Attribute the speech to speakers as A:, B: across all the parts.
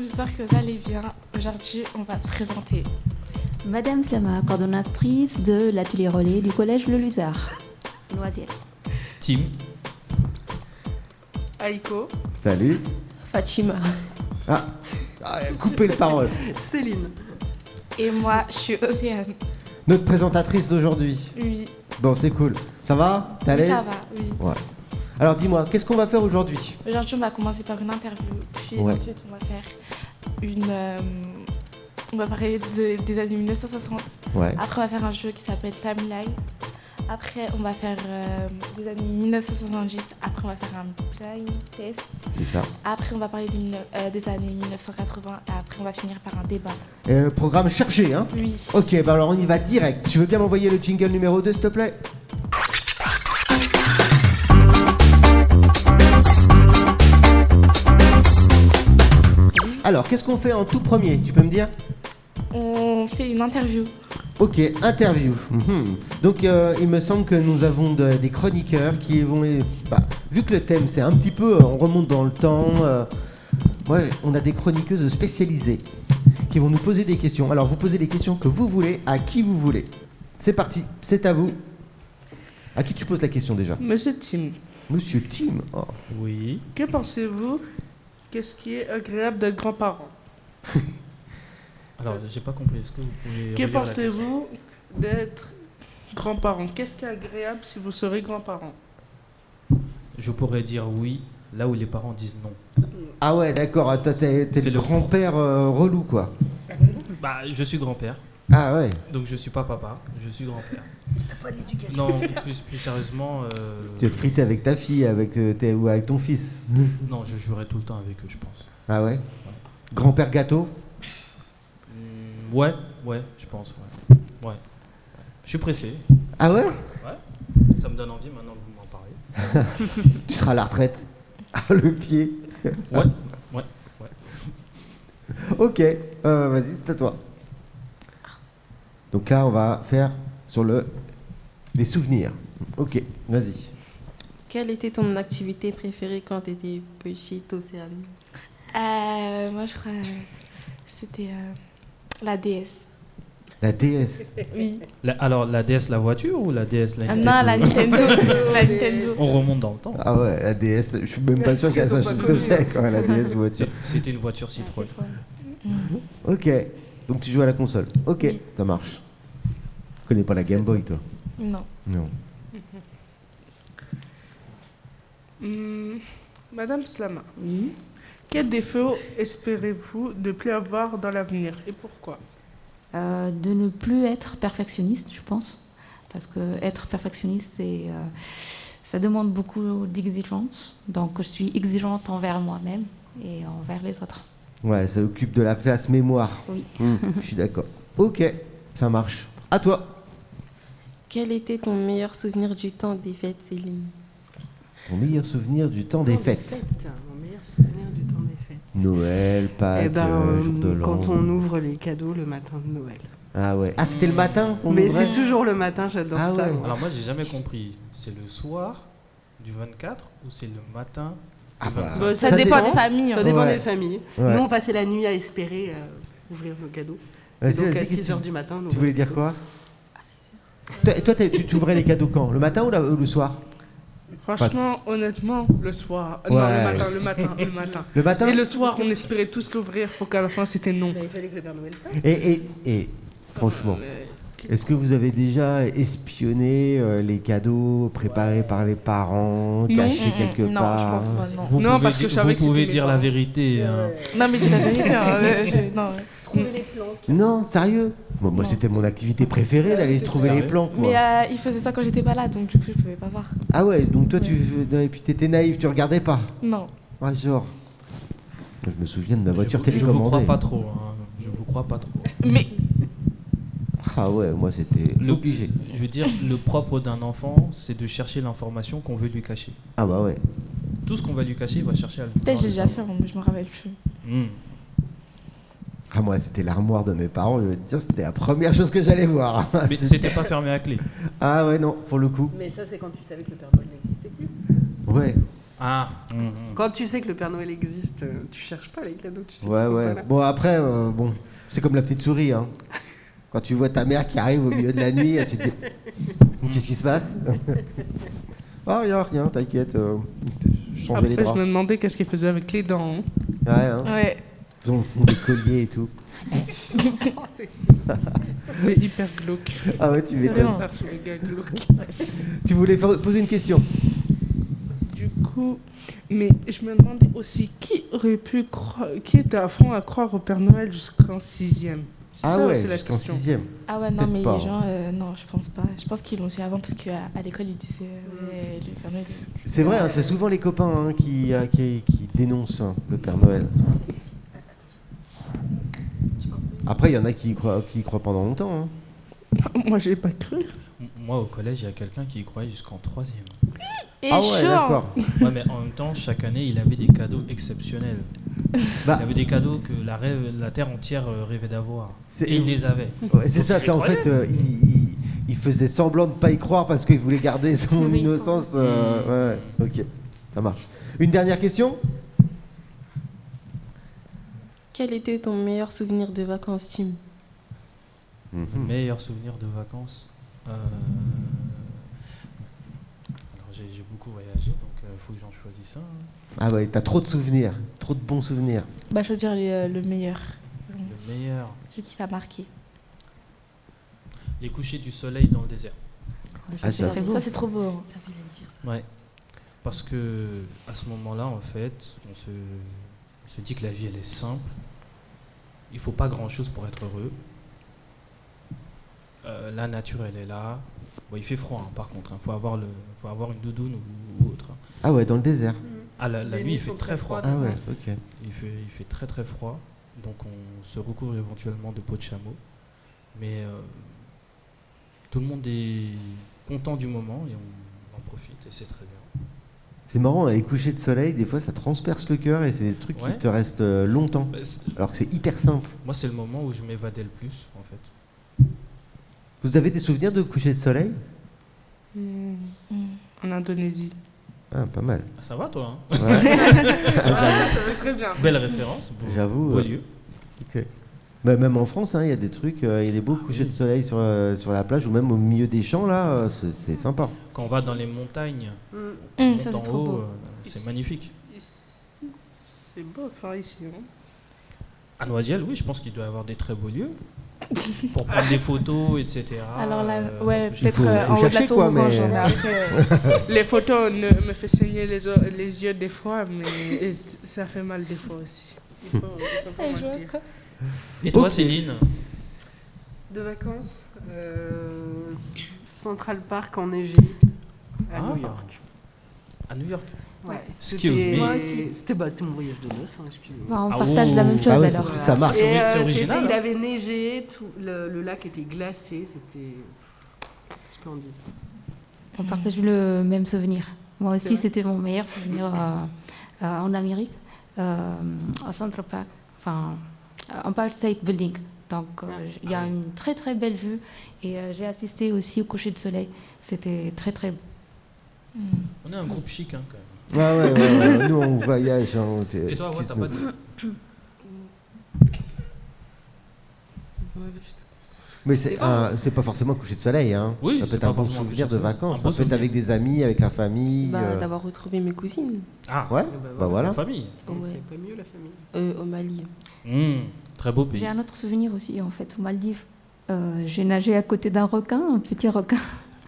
A: j'espère que vous allez bien. Aujourd'hui, on va se présenter.
B: Madame Slama, coordonnatrice de l'atelier relais du collège Le Luzard, Loisiel.
C: Tim,
D: Aiko,
E: Salut.
D: Fatima,
E: Ah, ah, coupez les paroles.
D: Céline.
A: Et moi, je suis Océane.
E: Notre présentatrice d'aujourd'hui.
A: Oui,
E: Bon, c'est cool. Ça va T'es à
A: oui, ça
E: l'aise
A: va, oui.
E: Alors dis-moi, qu'est-ce qu'on va faire aujourd'hui
A: Aujourd'hui, on va commencer par une interview, puis
E: Ouais.
A: ensuite, on va faire une. euh, on va parler de- des années 1960.
E: Ouais.
A: Après, on va faire un jeu qui s'appelle Timeline. Après, on va faire euh, des années 1970. Après, on va faire un blind test.
E: C'est ça.
A: Après, on va parler des, mille- euh, des années 1980. Et après, on va finir par un débat.
E: Euh, programme chargé, hein
A: Oui.
E: Ok, bah alors on y va direct. Tu veux bien m'envoyer le jingle numéro 2, s'il te plaît Alors, qu'est-ce qu'on fait en tout premier Tu peux me dire
A: On fait une interview.
E: Ok, interview. Mhm. Donc, euh, il me semble que nous avons de- des chroniqueurs qui vont. les- bah, vu que le thème, c'est un petit peu. euh, On remonte dans le temps. euh, moi, on a des chroniqueuses spécialisées qui vont nous poser des questions. Alors, vous posez les questions que vous voulez, à qui vous voulez. C'est parti, c'est à vous. À qui tu poses la question déjà
D: Monsieur Tim,
E: Monsieur Tim. Oh.
C: oui.
D: que pensez-vous Qu'est-ce qui est agréable de grands-parents
C: Alors, j'ai pas compris. Est-ce que vous pouvez.
D: Que
C: relire la
D: pensez-vous d'être grands-parents Qu'est-ce qui est agréable si vous serez grands-parents
C: question Je pourrais dire oui là où les parents disent non.
E: Ah ouais, d'accord. attends, T'es t'es
C: C'est
E: le
C: le-
E: grand-père euh, relou, quoi.
C: Bah, je suis grand-père,
E: Ah ouais.
C: donc je suis pas papa, je suis grand-père. T'as pas d'éducation Non, plus, plus sérieusement. euh,
E: Tu vas te friter avec ta fille, avec euh, tes- ou avec ton fils.
C: Non, je jouerai tout le temps avec eux, je pense.
E: Ah ouais. Grand-père gâteau.
C: Hmm, ouais, ouais, je pense, ouais. Ouais. Ouais. Je suis pressé.
E: Ah ouais.
C: Ça me donne envie maintenant que vous m'en parlez.
E: Tu seras à la retraite. Ah, le pied.
C: Ouais.
E: Ok, euh, vas-y, c'est à toi. Donc là, on va faire sur le les souvenirs. Ok, vas-y.
F: Quelle était ton activité préférée quand tu étais petite, Océane
A: Euh, moi, je crois euh, c'était euh, la DS.
E: La DS.
F: Oui.
C: La- alors, la DS, la voiture ou la DS, la
A: Ah non, la Nintendo. la Nintendo.
C: On remonte dans le temps.
E: Ah ouais, la DS. Je suis même pas sûr qu'elle
D: Ils ont
E: sache
D: pas
E: ce que
D: connu.
E: c'est quand même, la DS voiture.
C: C'est- C'était une voiture Citroën.
E: Ok, donc tu joues à la console. Ok,
F: Oui.
E: ça marche. Tu connais pas la Game Boy, toi
A: Non.
E: Non.
D: Hmm, Madame Slama,
F: Oui.
D: quel défaut espérez-vous de plus avoir dans l'avenir et pourquoi
B: Euh, de ne plus être perfectionniste, je pense, parce que être perfectionniste, c'est, euh, ça demande beaucoup d'exigence. Donc, je suis exigeante envers moi-même et envers les autres.
E: Ouais, ça occupe de la place mémoire.
B: Oui.
E: Hmm, je suis d'accord. Ok, ça marche. À toi.
F: Quel était ton meilleur souvenir du temps des fêtes, Céline
E: Ton meilleur souvenir du temps des fêtes.
G: hein, Mon meilleur souvenir du temps des fêtes.
E: Noël, Pâques,
G: Eh ben,
E: euh, jour de
G: euh,
E: l'an.
G: quand on ouvre les cadeaux le matin de Noël.
E: Ah ouais. Ah, c'était le matin qu'on
G: Mais
E: ouvrait
G: c'est toujours le matin, j'adore
E: Ah
G: ça.
E: ouais.
G: moi.
C: Alors moi j'ai jamais compris, c'est le soir du 24 ou c'est le matin
E: Ah
C: du
E: bah.
C: 25
G: Bah,
A: Ça, dépend des familles.
G: Ça
A: hein.
G: dépend
E: Ouais.
G: des familles.
E: Ouais.
G: Nous, on passait la nuit à espérer euh, ouvrir nos cadeaux. Et
E: Vas-y,
G: donc,
E: vas-y,
G: à Ah,
E: qu'est-ce que
G: 6 h
E: tu-
G: du matin, on
E: Tu voulais
G: ouvrait
E: dire quoi Toi, toi, t'as- tu t'ouvrais les cadeaux quand Le matin ou, la- ou le soir
D: Franchement, honnêtement, le soir. Euh, Non,
E: Ouais.
D: le matin, le matin, le matin.
E: Le matin
D: Et le soir, on espérait tous l'ouvrir pour qu'à la fin c'était non.
G: Bah, il fallait que le Père Noël passe.
E: et, et, et, franchement, est-ce que vous avez déjà espionné euh, les cadeaux préparés par les parents,
D: Non.
A: Mm,
E: cachés
A: mm,
E: quelque
A: non,
E: part
A: je pense pas, non.
C: Vous
D: Non,
C: pouvez,
D: parce que
C: di-
D: je savais que
C: vous pouvez
D: c'était mes
C: dire la
D: parents.
C: vérité. hein.
A: Non, mais j'ai la vérité. hein, euh, je- non.
G: Trouver les plantes.
E: Non, sérieux Moi, moi,
A: Non.
E: c'était mon activité préférée d'aller trouver les
C: Sérieux
E: planques. moi.
A: Mais euh, il faisait ça quand j'étais pas là, donc du coup, je pouvais pas voir.
E: Ah ouais, donc toi, tu
A: mm.
E: non, et puis t'étais naïf, tu regardais pas.
A: Non.
E: Ah, genre. Je me souviens de ma voiture
C: je, vous- je vous
E: télécommandée.
C: crois pas trop. hein. Je vous crois pas trop.
A: Mais
E: Ah ouais, moi c'était
C: Le-
E: obligé.
C: Je veux dire, le propre d'un enfant, c'est de chercher l'information qu'on veut lui cacher.
E: Ah bah ouais.
C: Tout ce qu'on va lui cacher, il va chercher à le
A: peut-être
C: vouloir
A: j'ai
C: le
A: déjà fait,
C: savoir.
A: hein, mais je m'en rappelle plus.
C: Hmm.
E: Ah moi c'était l'armoire de mes parents, je vais te dire c'était la première chose que j'allais voir.
C: Mais c'était pas fermé à clé.
E: ah ouais non, pour le coup.
G: Mais ça, c'est quand tu savais que le Père Noël n'existait plus.
E: Ouais.
C: Ah.
G: Quand tu sais que le Père Noël existe, euh, tu cherches pas les cadeaux, tu sais
E: Ouais,
G: qu'ils sont
E: ouais.
G: pas là.
E: Bon, après, euh, bon, c'est comme la petite souris. Hein. Quand tu vois ta mère qui arrive au milieu de la nuit, tu te dis Qu'est-ce qui se passe Oh, rien, rien, t'inquiète. euh, je changeais les
D: Après, je
E: draps.
D: me demandais qu'est-ce qu'il faisait avec les dents. hein.
E: Ouais, hein.
A: Ouais.
E: Ils ont font des colliers et tout.
D: C'est hyper glauque.
E: Ah ouais, tu m'étonnes.
A: Vraiment.
D: Hyper méga glauque.
E: Tu voulais faire- poser une question
D: Du coup, mais je me demandais aussi qui aurait pu croire, qui était à fond à croire au Père Noël jusqu'en sixième. C'est
E: Ah
D: ça
E: ouais,
D: c'est la
E: jusqu'en
D: question.
E: sixième.
A: Ah ouais, non,
E: Peut-être
A: mais
E: pas,
A: les gens, euh, non, je pense pas. Je pense qu'ils l'ont su avant parce qu'à à, l'école, ils disaient euh, ouais, le Père Noël. il-
E: C'est vrai, hein, c'est souvent les copains hein, qui, euh, qui, qui dénoncent hein, le Père Noël. Après, il y en a qui y croient, qui y croient pendant longtemps. hein.
D: Moi, j'ai pas cru.
C: M- Moi, au collège, il y a quelqu'un qui y croyait jusqu'en troisième.
A: Et
E: Ah ouais,
A: chaud, hein.
E: d'accord.
C: Ouais, mais en même temps, chaque année, il avait des cadeaux exceptionnels.
E: Bah.
C: Il avait des cadeaux que la, rêve- la terre entière euh, rêvait d'avoir.
E: C'est-
C: Et il les avait.
E: Ouais, c'est ça, c'est en fait, euh, il, il- il faisait semblant de pas y croire parce qu'il voulait garder son
B: Oui.
E: innocence. euh, ouais, ouais. ok, ça marche. Une dernière question
F: Quel était ton meilleur souvenir de vacances, Tim
E: Mmh.
B: Mhm.
C: Meilleur souvenir de vacances Euh, Alors, j'ai j'ai beaucoup voyagé, donc il faut que j'en choisisse un. hein.
E: Ah ouais, t'as trop de souvenirs, trop de bons souvenirs.
A: Bah, choisir le, le meilleur,
C: Le meilleur.
A: celui qui t'a marqué.
C: Les couchers du soleil dans le désert.
E: Ah,
B: Ça, c'est
E: ça.
B: très beau.
A: Ça, c'est trop beau. hein.
C: Ouais. Parce que à ce moment-là, en fait, on se, on se dit que la vie, elle est simple. Il faut pas grand-chose pour être heureux. Euh, la nature, elle est là. Bon, il fait froid, hein, par contre. Il faut, avoir le, faut avoir une doudoune ou, ou autre. hein.
E: Ah ouais, dans le désert.
G: Mhm.
C: Ah, la, la
G: Les
C: nuit,
G: nuits
C: il fait
G: sont
C: très
G: très
C: froid.
G: froides.
E: Ah ouais, ok.
C: Il fait, il fait très très froid, donc on se recouvre éventuellement de peau de chameau. Mais euh, tout le monde est content du moment et on en profite et c'est très bien.
E: C'est marrant, les couchers de soleil, des fois ça transperce le cœur et c'est des trucs
C: Ouais.
E: qui te restent euh, longtemps.
C: Bah, c'est-
E: Alors que c'est hyper simple.
C: moi, c'est le moment où je m'évadais le plus, en fait.
E: Vous avez des souvenirs de couchers de soleil
A: Mm.
D: Hmm, En Indonésie.
E: Ah, pas mal.
C: Ah, ça va, toi hein
E: Ouais,
D: Ah, ça fait très bien.
C: Belle référence. beau-
E: J'avoue,
C: beau
E: ouais.
C: lieu.
E: ok. Bah, même en France, hein, il y a des trucs, euh, il y a des beaux couchers
C: oui.
E: de soleil sur, euh, sur la plage ou même au milieu des champs, là, euh, c'est- c'est sympa.
C: Quand on va dans les montagnes,
G: Hum,
C: on
A: Mm,
C: monte
A: ça,
C: en
A: c'est trop
C: haut,
A: beau.
C: euh, c'est magnifique.
D: Euh, Ici, C'est beau, enfin, ici. hein.
C: À Noisiel, oui, je pense qu'il doit y avoir des très beaux lieux pour prendre des photos, etc.
A: Alors là,
C: Euh,
A: ouais,
C: je-
A: peut-être
E: faut-
A: Ah, euh,
E: faut
A: en haut de la
E: chercher,
A: tour
E: quoi,
A: orange.
E: mais-
A: hein, mais après, euh,
D: Les photos ne me fait saigner les, o- les yeux des fois, mais et ça fait mal des fois aussi. Il faut- il faut pas mentir.
C: Et toi,
E: Ok.
C: Céline
G: De vacances, euh, Central Park enneigé à
C: Ah.
G: New York.
C: À New York
G: Ouais,
C: Excuse me.
G: c'était-
C: Moi
G: C'était bah, c'était mon voyage de noces, hein, excusez-moi.
B: Bah, on
C: Ah,
B: partage la même
C: ouh.
B: chose
E: Ah ouais,
B: alors.
E: Ça marche.
G: Et,
C: C'est ori- c'est
G: euh,
C: original,
G: c'était- Il
C: hein.
G: avait neigé, tout, le, le lac était glacé, c'était splendide.
B: On partage le même souvenir. Moi
G: C'est
B: aussi,
G: vrai.
B: c'était mon meilleur souvenir euh, euh, en Amérique, euh, au Central Park, enfin, euh, Empire State Building. Donc, euh, j- il y a
C: Ah oui.
B: une très très belle vue et euh, j'ai assisté aussi au coucher de soleil. C'était très très beau.
C: On est un groupe chic, hein, quand même.
E: Ouais, ouais, ouais, ouais, nous on voyage. hein, t'es-
C: Et toi, ouais, t'as pas
E: excuse-nous.
C: dit.
E: Mais c'est un- c'est pas forcément coucher de soleil. Hein.
C: Oui,
E: ça
C: c'est
E: peut être
C: pas
E: un bon
C: forcément un
E: souvenir
C: coucher de
E: de
C: soleil. Un
E: vacances.
C: beau
E: Ça peut être
C: souvenir.
E: avec des amis, avec la famille.
F: bah,
E: euh,
F: D'avoir retrouvé mes cousines
C: Ah,
E: Ouais,
G: bah,
E: bah
G: voilà.
E: voilà.
C: la famille.
F: Ouais.
G: C'est pas mieux la famille.
F: euh, au Mali.
C: Mmh, très beau
B: J'ai
C: pays.
B: un autre souvenir aussi, en fait, aux Maldives. Euh, j'ai nagé à côté d'un requin, un petit requin.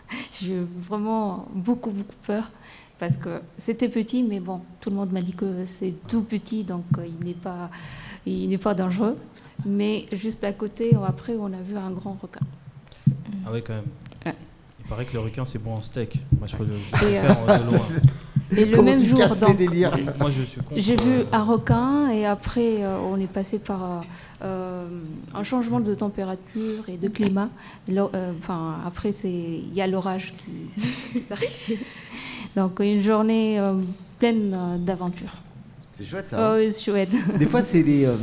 B: j'ai eu vraiment beaucoup, beaucoup peur. Parce que c'était petit, mais bon, tout le monde m'a dit que c'est tout petit, donc euh, il n'est pas, il n'est pas dangereux. Mais juste à côté, euh, après, on a vu un grand requin.
C: Ah ouais, quand même.
B: Ouais.
C: Il paraît que le requin, c'est bon en steak. Moi, je peux le je
B: Et, euh,
C: préfère en- de loin.
B: Et le
E: Comment
B: même
E: tu
B: jour,
E: casses les
B: donc,
E: délires
C: Moi, je suis contre.
B: j'ai vu
C: euh,
B: un requin et après, euh, on est passé par euh, euh, un changement de température et de climat. L'o- euh, Enfin, après, c'est- il y a l'orage qui est arrivé. Donc, une journée euh, pleine euh, d'aventures.
E: C'est chouette ça. hein.
B: Oh, oui, chouette.
E: Des fois, c'est des, euh,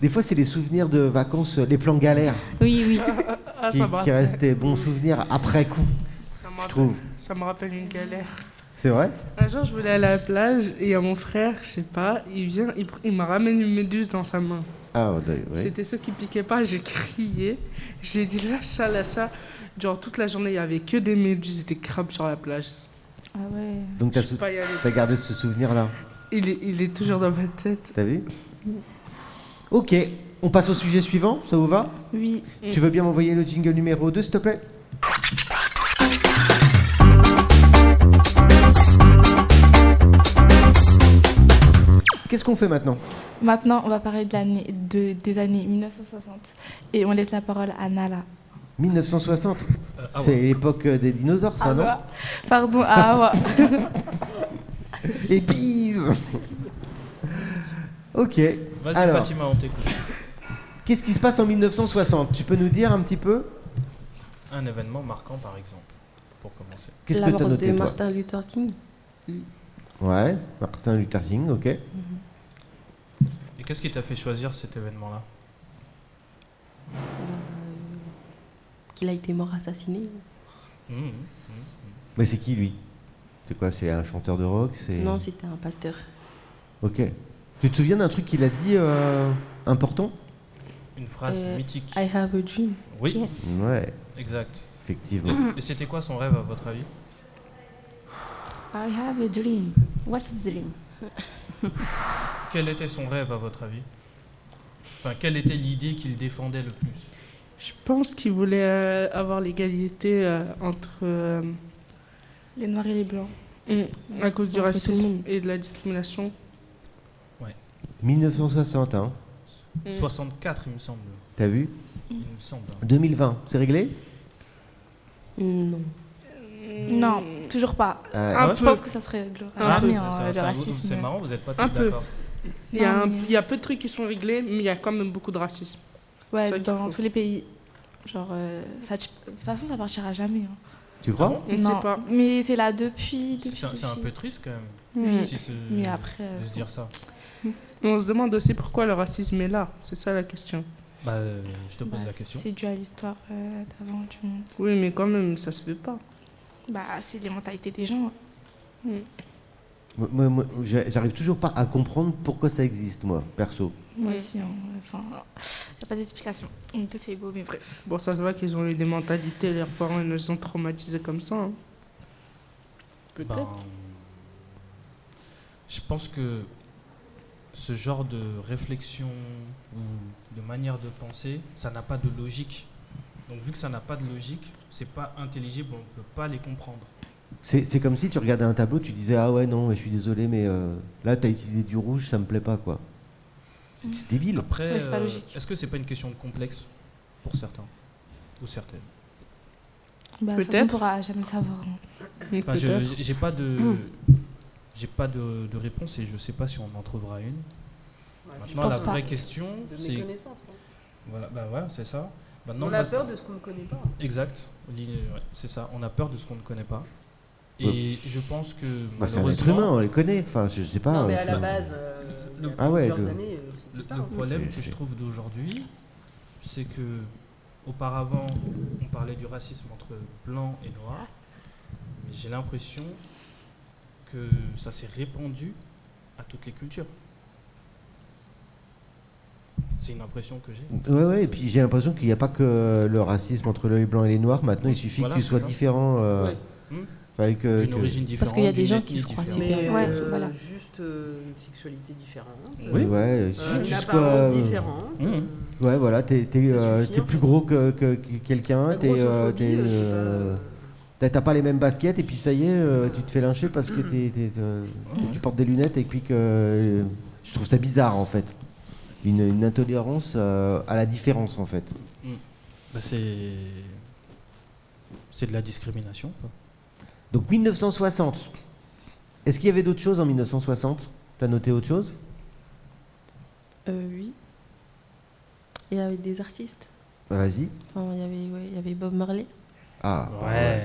E: des fois, c'est les souvenirs de vacances, euh, les plans galères,
B: Oui, oui.
D: Ah,
E: qui,
D: ça me
E: qui
D: rappelle-
E: restent des bons souvenirs après coup,
D: ça me
E: je
D: rappelle-
E: trouve.
D: ça me rappelle une galère.
E: C'est vrai
D: Un jour, je voulais aller à la plage et il y a mon frère, je sais pas, il vient, il, pr- il me ramène une méduse dans sa main.
E: Ah, ouais, ouais.
D: C'était ceux qui piquaient pas, j'ai crié. J'ai dit lâche ça, lâche ça. Genre toute la journée, il y avait que des méduses et des crabes sur la plage.
A: Ah ouais.
E: Donc
D: Je
E: t'as,
D: suis
E: sou-
D: pas y aller.
E: t'as gardé ce souvenir-là,
D: Il est, il est toujours dans ma tête.
E: t'as vu Ok, on passe au sujet suivant, ça vous va
F: Oui.
E: Tu veux bien m'envoyer le jingle numéro 2, s'il te plaît Qu'est-ce qu'on fait maintenant
A: Maintenant, on va parler de l'année, de, des années 1960. Et on laisse la parole à Nala.
E: 1960
C: Euh, ah ouais.
E: C'est l'époque des dinosaures, ça, non
A: Awa. Ah bah. Pardon, ah bah. à Awa.
E: Et bim Ok.
C: Vas-y
E: Alors,
C: Fatima, on t'écoute.
E: qu'est-ce qui se passe en 1960 Tu peux nous dire un petit peu
C: Un événement marquant par exemple, pour commencer.
E: Qu'est-ce
F: la
E: que t'as
F: mort de
E: noté, toi
F: Martin Luther King.
E: Ouais, Martin Luther King, ok.
C: Et qu'est-ce qui t'a fait choisir cet événement-là
F: euh, Qu'il a été mort assassiné.
C: Mhm, mhm.
E: Mais c'est qui, lui C'est quoi C'est un chanteur de rock c'est...
F: Non, c'était un pasteur.
E: Ok. Tu te souviens d'un truc qu'il a dit euh, important
C: Une phrase
F: Euh,
C: mythique.
A: ah,
F: I have a dream.
C: Oui,
B: Yes.
E: Ouais,
C: exact.
E: effectivement.
A: Mmh.
C: Et c'était quoi son rêve à votre avis
B: I have a dream. What's the dream?
C: Quel était son rêve à votre avis Enfin, quelle était l'idée qu'il défendait le plus
D: Je pense qu'il voulait euh, avoir l'égalité euh, entre. euh,
A: Les noirs et les blancs.
D: mm, à cause du
F: Entre tout le
D: racisme
F: monde.
D: et de la discrimination.
E: 1960, hein.
A: Mmh.
D: Mm.
C: 64, il me semble.
E: T'as vu
C: Il me semble. hein.
E: 2020, c'est réglé
A: Mm,
F: Non.
A: Non, toujours pas.
E: Euh,
D: Un
C: Ah ouais.
A: Je
D: peu.
A: pense que ça serait le,
D: Ah,
A: mais,
C: ça-
A: euh,
C: ça-
A: le
C: ça-
A: racisme.
C: C'est marrant, vous n'êtes pas
D: Un
C: tous
D: peu.
C: d'accord.
D: Il y, a
A: Non,
D: un-
A: mais-
D: il y a peu de trucs qui sont réglés, mais il y a quand même beaucoup de racisme.
A: Ouais,
D: Ça, il
A: dans
D: faut.
A: tous les pays. Genre, euh, ça, de toute façon, ça partira jamais. hein.
E: tu crois
C: Ah bon
D: On ne
A: Non,
D: sait pas.
A: Mais c'est là depuis.
C: C'est
A: depuis,
C: c'est un- c'est un
A: depuis.
C: peu triste quand même.
A: Oui.
C: si ce-
A: Mais après. euh,
C: De se dire ça.
D: Mais on se demande aussi pourquoi le racisme est là. C'est ça la question.
C: Bah, euh, je te pose
A: bah,
C: la question.
A: C'est dû à l'histoire euh, d'avant du monde.
D: Oui, mais quand même, ça se fait pas.
A: Bah, c'est les mentalités des gens. hein.
E: Moi- moi- moi, j'a- J'arrive toujours pas à comprendre pourquoi ça existe, moi, perso.
A: Moi
D: Mm.
A: aussi, hein. enfin, y a pas d'explication. Donc, Tout c'est beau, mais bref.
D: Bon, ça se voit qu'ils ont eu des mentalités, leurs parents, ils les ont traumatisés comme ça. hein. Peut-être.
C: Ben, je pense que ce genre de réflexion ou de manière de penser, ça n'a pas de logique. Donc vu que ça n'a pas de logique, c'est pas intelligible, on ne peut pas les comprendre.
E: C'est c'est comme si tu regardais un tableau, tu disais Ah ouais, non, mais je suis désolé, mais euh, là, t'as utilisé du rouge, ça me plaît pas, quoi. C'est c'est débile.
C: Après,
A: Ouais, c'est pas
C: euh,
A: logique.
C: est-ce que c'est pas une question de complexe pour certains ou certaines
A: Bah, de toute façon,
D: Peut-être.
A: on pourra jamais savoir. hein.
D: Mm,
C: Enfin, je-
D: peut-être.
C: j'ai- j'ai pas de
A: Hmm.
C: j'ai pas de, de réponse et je sais pas si on en trouvera une. Maintenant la
A: pense pas.
C: vraie question,
G: De
C: c'est
G: méconnaissance. hein.
C: voilà, bah voilà, c'est ça. Maintenant,
G: On a
C: moi,
G: peur de ce qu'on ne connaît pas.
C: Exact, Li- ouais, c'est ça. On a peur de ce qu'on ne connaît pas. Et je pense que
E: Bah, c'est un être
C: malheureusement,
E: humain, on les connaît. Enfin, je sais pas.
G: non, mais
E: euh,
G: à la
E: enfin,
G: base, euh, il y a
C: Le-
E: Ah ouais,
G: plusieurs
E: le-
G: années, euh,
C: le,
G: c'était ça.
C: le
G: hein.
C: problème
E: C'est-
C: que je
E: c'est-
C: trouve d'aujourd'hui, c'est que auparavant, on parlait du racisme entre blancs et noirs, mais j'ai l'impression que ça s'est répandu à toutes les cultures. C'est une impression que j'ai.
E: Ouais, ouais, et puis j'ai l'impression qu'il n'y a pas que le racisme entre les blancs et les noirs. Maintenant, il suffit
C: Voilà,
E: que tu
C: c'est
E: sois
C: ça.
E: différent. euh,
G: Ouais.
C: Hmm.
E: enfin, que-
C: D'une
E: que-
C: origine différente.
F: Parce qu'il y a des
C: d'une
F: gens qui
C: ethnie
F: se croient
C: différente.
F: super.
G: Mais
F: Ouais,
G: euh,
F: voilà.
G: juste euh, une sexualité différente.
C: Oui.
E: Ouais, il
G: euh,
E: suffit que
G: une
E: tu
G: apparence
E: sois. euh,
G: différente.
C: Mhm.
G: euh,
E: Ouais, voilà, t'es t'es,
G: Ça
E: euh,
G: suffit,
E: t'es
G: hein.
E: plus gros que, que- que quelqu'un.
G: la
E: T'es. euh,
G: grossophobie,
E: t'es,
G: euh, je sais pas,
E: euh,
G: euh,
E: T'as t'as pas les mêmes baskets et puis ça y est, euh, tu te fais lyncher parce que t'es- t'es- t'es- tu portes des lunettes et puis que euh, je trouve ça bizarre en fait. Une, une intolérance euh, à la différence en fait.
C: Bah, c'est c'est de la discrimination. quoi.
E: Donc 1960. Est-ce qu'il y avait d'autres choses en 1960 T'as noté autre chose
F: Euh, oui. Il y avait des artistes.
E: Bah, Vas-y.
F: Enfin, il y avait, ouais, il y avait Bob Marley.
E: Ah,
C: Ouais.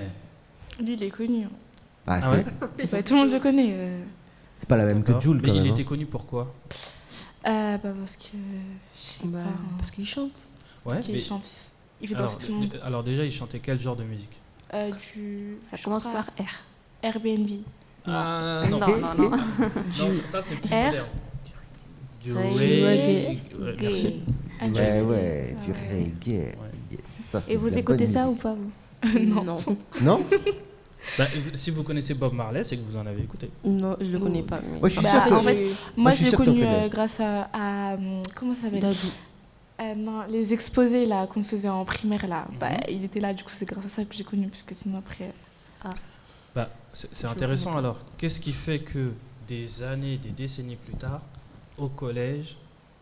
A: Lui, il est connu. hein.
C: Ah
E: Ah, c'est,
C: ouais
A: Bah, tout le monde le connaît. euh.
E: c'est pas la même que
C: D'accord.
E: Jules
C: Mais
E: quand
C: il
E: même,
C: était
E: hein.
C: connu pour quoi
A: Euh, bah, parce que. je sais
F: Bah,
A: pas, hein.
F: Parce qu'il chante.
A: Parce qu'il
C: mais-
A: chante. Il fait
C: alors,
A: danser tout le monde.
C: d- alors déjà, il chantait quel genre de musique
A: Euh, du.
B: Ça
A: je
B: commence
A: crois,
B: par R.
A: Airbnb.
C: Ah, non.
B: Non, non, non.
C: Non, ça- ça, c'est plus
B: R.
C: moderne. Du
B: reggae.
C: reggae. Ouais, merci.
A: Ah,
E: Ouais, ouais, du reggae. Yes, ça, c'est
B: Et
E: de la
B: vous
E: bonne
B: écoutez ça ou
E: musique.
B: pas, vous
F: non. non.
E: Non
C: Bah, si vous connaissez Bob Marley, c'est que vous en avez écouté.
F: je le connais pas. mais-
E: Moi, je suis
A: Bah,
E: sûr que
A: en fait,
E: Moi,
A: Moi,
E: je
A: je
E: suis
A: l'ai
E: sûr que t'en
A: connu
E: connais.
A: euh, grâce à, à, hum, comment ça s'appelle
B: Dadou.
A: Euh, Non, les exposés là qu'on faisait en primaire là. Bah, il était là, du coup, c'est grâce à ça que j'ai connu, parce que sinon après. euh,
C: Bah, c'est c'est intéressant alors. Qu'est-ce qui fait que des années, des décennies plus tard, au collège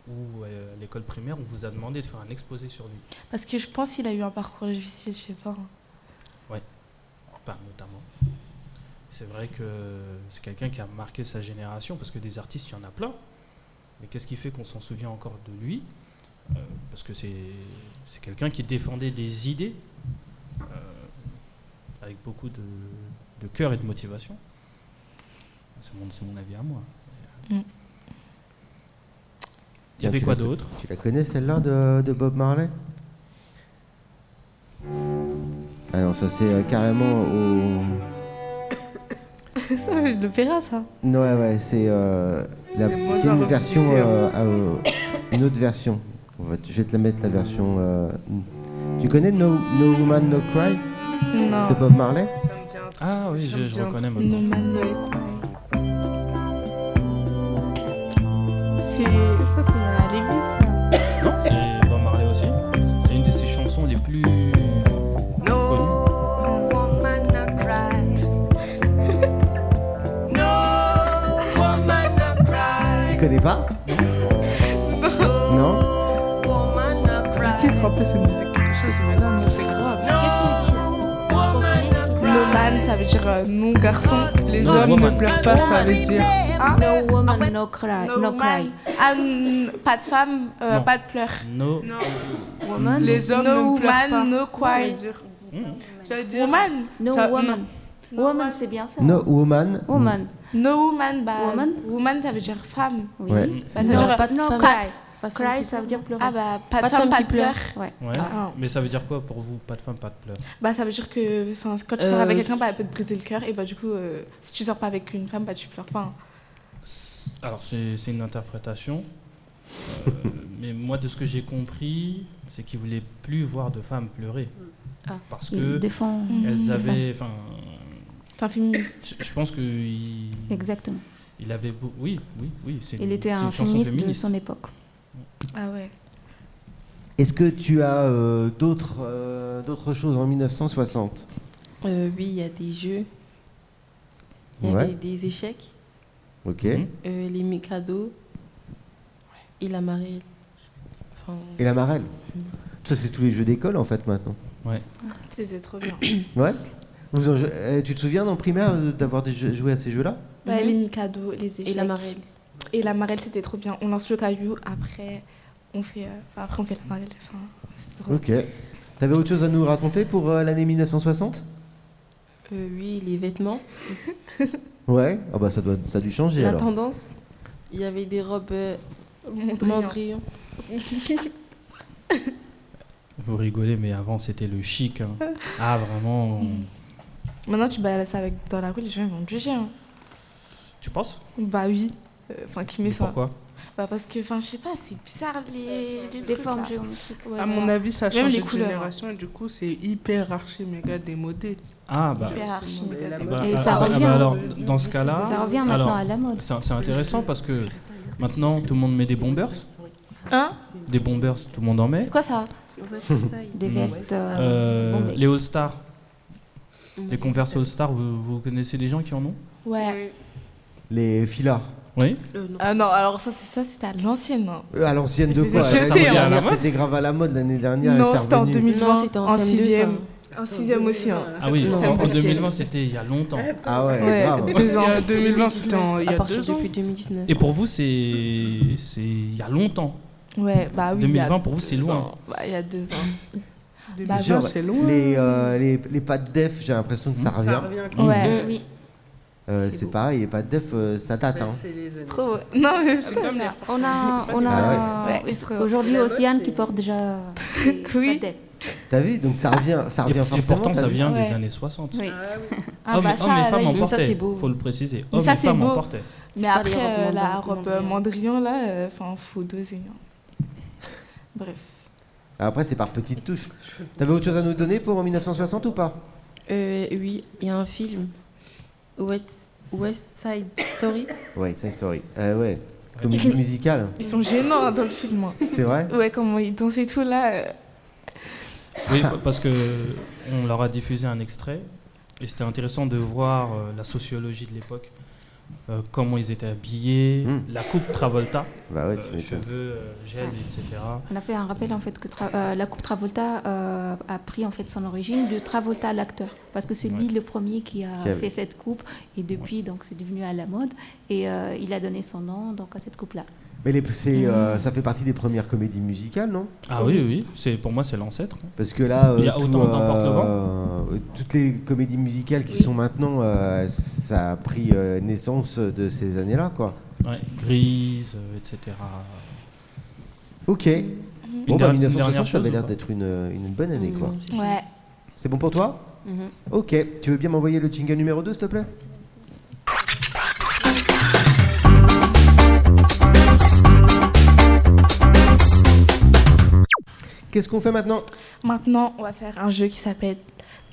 C: ou euh, à l'école primaire, on vous a demandé de faire un exposé sur lui
A: Parce que je pense qu'il a eu un parcours difficile, je sais pas.
C: Enfin, Bah, notamment. C'est vrai que c'est quelqu'un qui a marqué sa génération, parce que des artistes, il y en a plein. Mais qu'est-ce qui fait qu'on s'en souvient encore de lui Euh, Parce que c'est c'est quelqu'un qui défendait des idées euh, avec beaucoup de, de cœur et de motivation. C'est mon, c'est mon avis à moi.
A: Mm.
C: Il y avait
E: Tu
C: quoi
E: la-
C: d'autre
E: Tu la connais celle-là de, de Bob Marley Ah non, ça c'est euh, carrément au.
A: Ça, c'est de l'opéra ça.
E: Non, ouais, ouais, c'est euh, la-
D: C'est moins
E: c'est une
D: arabisé,
E: version,
D: hein.
E: euh, à, euh, une autre version. On va te- je vais te la mettre la version. euh, tu connais No, no Woman No Cry
A: Non.
E: de Bob Marley
D: Ça me tient un truc.
C: Ah oui,
D: Ça
C: je,
D: me
C: je
D: dit un
C: reconnais
A: Non,
C: maintenant.
A: Manuel. C'est. Ça, c'est à l'église ça.
C: C'est Bob Marley aussi. C'est une de ses chansons les plus connues.
H: No woman a cry. No woman a
E: Tu
H: cry.
E: connais pas Non
H: Woman a
D: Le titre,
H: cry.
D: en plus, ça me disait quelque chose, mais là, non, c'est grave.
A: Le man, ça veut dire euh, non garçon.
D: Les
C: Non,
D: hommes
C: woman.
D: ne pleurent pas, ça veut dire.
A: Hein?
B: No woman, no cry. No,
A: man.
B: cry.
A: Ah, n- pas de femme, euh,
C: Non.
A: pas de pleurs.
C: No.
D: Non,
B: Woman.
D: les hommes
A: No
D: ne pleurent
A: woman,
D: pas.
A: no
D: ça veut
A: cry.
D: dire.
F: Hmm.
C: Mm.
D: Ça veut dire.
A: Woman,
B: No
D: Ça-
B: woman.
A: hmm.
B: Woman, c'est bien ça.
E: No Woman.
B: Woman.
A: no woman, bah,
B: Woman.
A: woman, ça veut dire femme.
B: Oui.
E: Ouais.
A: Bah, ça
B: Non,
A: veut dire,
F: pas de
A: non,
F: femme.
A: cry.
F: Pas sûr.
B: Cry, ça veut dire pleurer.
A: Ah bah, pas,
F: Pas
A: de femme, pas
F: qui
A: de pleurs.
B: Ouais.
C: Ouais.
A: Ah.
C: Mais ça veut dire quoi pour vous Pas de femme, pas de pleurs.
A: Bah, ça veut dire que enfin, quand tu sors
F: Euh,
A: avec quelqu'un, bah, elle peut te briser le cœur. Et bah, du coup, euh, si tu sors pas avec une femme, bah, tu pleures pas. hein.
C: S- Alors, c'est c'est une interprétation. Euh, mais moi, de ce que j'ai compris, c'est qu'ils voulaient plus voir de femmes pleurer.
F: Ah.
C: Parce
B: Il
A: Euh.
C: que
B: défend.
A: Hmm.
C: elles avaient. Enfin,
A: C'est un féministe.
C: je je pense que il,
B: Exactement.
C: il avait. beau- Oui, oui, oui. c'est
B: Il
C: une-
B: était
C: c'est une
B: un
C: chanson
B: féministe de
C: féministe.
B: son époque.
A: Ah ouais.
E: Est-ce que tu as euh, d'autres euh, d'autres choses en 1960
F: Euh, oui, il y a des jeux. Il y
E: Ouais.
F: avait des échecs.
E: Ok.
C: Mhm.
F: euh, les Mikado. Et la marée. Enfin,
E: Et la Marelle Ça, c'est tous les jeux d'école en fait maintenant.
A: C'était trop bien.
E: Ouais Vous en jou- euh, Tu te souviens en primaire euh, d'avoir déjà joué à ces jeux-là
A: bah,
F: Mhm.
A: les Mikado, les échecs.
F: et la marée.
A: Et la marelle, c'était trop bien. On lance le caillou, après, on fait, euh, enfin, après, on fait la marelle. Enfin, c'est drôle.
E: Ok. T'avais autre chose à nous raconter pour euh, l'année 1960
F: Euh, oui, les vêtements.
E: Ouais. Ah bah ça doit ça a dû changer
F: la
E: alors.
F: tendance. Il y avait des robes euh,
A: Mondrian.
F: mandrillons.
C: Vous rigolez, mais avant, c'était le chic. hein. Ah, vraiment on-
A: Maintenant, tu balades ça avec, dans la rue, les gens ils vont te juger. hein.
C: Tu penses
A: Bah oui. Euh, Enfin, qui met
C: Mais
A: ça
C: Pourquoi
A: Bah parce que, enfin, je sais pas, c'est bizarre les, les
B: Des
A: trucs,
B: formes
A: là.
B: géométriques.
A: Ouais, voilà.
D: À mon avis, ça
A: Même
D: change
A: les
D: de
F: hein.
A: couleurs.
D: génération et du coup, c'est hyper archi méga démodé.
C: Ah, bah.
A: Hyper archi.
D: Mais la
C: bah,
D: mode-
B: Et
C: ah,
B: ça
C: bah, ah, bah,
B: revient.
C: alors, dans ce
A: Ah.
C: cas-là.
B: Ça revient maintenant
C: alors,
B: à la mode.
C: C'est c'est intéressant parce que maintenant tout le monde met des bombers.
A: Hein
C: Des bombers, tout le monde en met.
A: C'est quoi ça
B: Des
C: Mm.
B: vestes. euh,
C: Euh,
B: bombées.
C: les All-Stars, les Converse All-Stars, vous, vous connaissez des gens qui en ont
A: Ouais.
E: Les filards.
C: Oui
F: Euh, non.
A: Ah non, alors ça, c'est ça, c'était à l'ancienne. hein.
E: Euh, À l'ancienne de
A: Je
E: quoi
A: sais,
E: L'année
A: je sais, hein.
E: dernière, C'était grave à la mode l'année dernière. et
A: Non,
E: c'est
A: c'était en
E: revenu.
A: 2020,
F: Non, c'était en
A: en
F: CM2,
A: sixième.
F: ça.
A: En sixième aussi. hein.
C: Ah oui,
F: Non.
C: en, en
A: Parce que-
C: 2020 c'était il y a longtemps.
E: Ah ouais,
A: Ouais,
E: grave.
A: deux ans.
D: Il y a 2020, c'était en- il y
F: à
D: a
F: partir
D: deux ans.
F: depuis 2019.
C: Et pour vous c'est c'est il y a longtemps.
A: Ouais, bah oui. il y a
C: 2020 pour vous c'est
A: deux
C: loin.
A: ans. Bah, il y a deux ans. Bah,
E: Genre,
D: 2020, c'est loin.
E: Les, euh, les, les pattes def, j'ai l'impression que ça revient.
C: Mm.
A: Ouais.
F: Oui.
E: Euh,
G: C'est
E: c'est
G: beau.
E: pareil, les pattes def, euh, ça date. Hein.
A: Trop. Non, mais c'est
D: comme
B: On a, on
E: Ah
B: a
C: Ah
A: ouais. Ouais, c'est vrai.
B: aujourd'hui Océane qui porte déjà des
A: Oui.
B: badettes.
E: T'as vu Donc ça revient, ça
C: Et,
E: revient
C: et
E: forcément.
C: pourtant,
E: t'as
C: ça
E: vu
C: vient des
A: Ouais.
C: années 60.
B: Oui.
G: Ah oui.
A: Ah,
C: hommes,
A: bah
C: et-
A: ça,
C: hommes et
A: là,
C: femmes en
A: il-
B: Mais ça,
C: portaient.
B: c'est beau.
C: Faut le préciser.
A: Mais
C: Hommes
A: ça,
C: et
A: c'est
C: femmes en
A: beau.
C: portaient.
A: Mais
F: pas les
A: après,
F: robes
A: euh, la
F: mandant-
A: robe
F: mandrian.
A: mandrian, là, euh, enfin, faut doser. hein. Bref.
E: Après, c'est par petites touches. T'avais autre chose à nous donner pour 1960 ou pas
F: Euh, oui, il y a un film. West, West Side Story.
E: Ouais, c'est sorry. Euh, ouais, comédie musicale,
A: Ils sont gênants hein, dans le film. hein.
E: c'est vrai
A: Ouais, comment ils dansent et tout, là. euh,
C: Oui, pa- parce que on leur a diffusé un extrait et c'était intéressant de voir euh, la sociologie de l'époque, euh, comment ils étaient habillés,
E: Mm.
C: la coupe Travolta,
E: Bah ouais,
C: euh,
E: tu m'étonnes.
C: cheveux, euh, gel, etc.
B: On a fait un rappel en fait que Tra- euh, la coupe Travolta euh, a pris en fait son origine de Travolta l'acteur parce que c'est lui
C: Ouais.
B: le premier qui a
E: Qui avait-
B: fait cette coupe et depuis donc c'est devenu à la mode et euh, il a donné son nom donc à cette coupe là.
E: Mais les, c'est, euh, ça fait partie des premières comédies musicales, non
C: Ah oui, oui, c'est pour moi c'est l'ancêtre. hein.
E: Parce que là, euh,
C: Il y a
E: tout,
C: autant dans Porte le Vent.
E: euh, toutes les comédies musicales qui sont maintenant, euh, ça a pris euh, naissance de ces années-là, quoi.
C: Ouais, grise, euh, etc.
F: Hmm.
E: Ok. Bon,
C: Une
E: bah,
C: dernière- une
E: 1960,
C: dernière
E: ça avait
C: chose ou
E: l'air
C: pas
E: d'être une, une bonne année, quoi.
F: Mhm, c'est chouette.
A: Ouais.
E: C'est bon pour toi
F: Mhm.
E: Ok. Tu veux bien m'envoyer le jingle numéro 2, s'il te plaît Qu'est-ce qu'on fait maintenant
A: Maintenant, on va faire un jeu qui s'appelle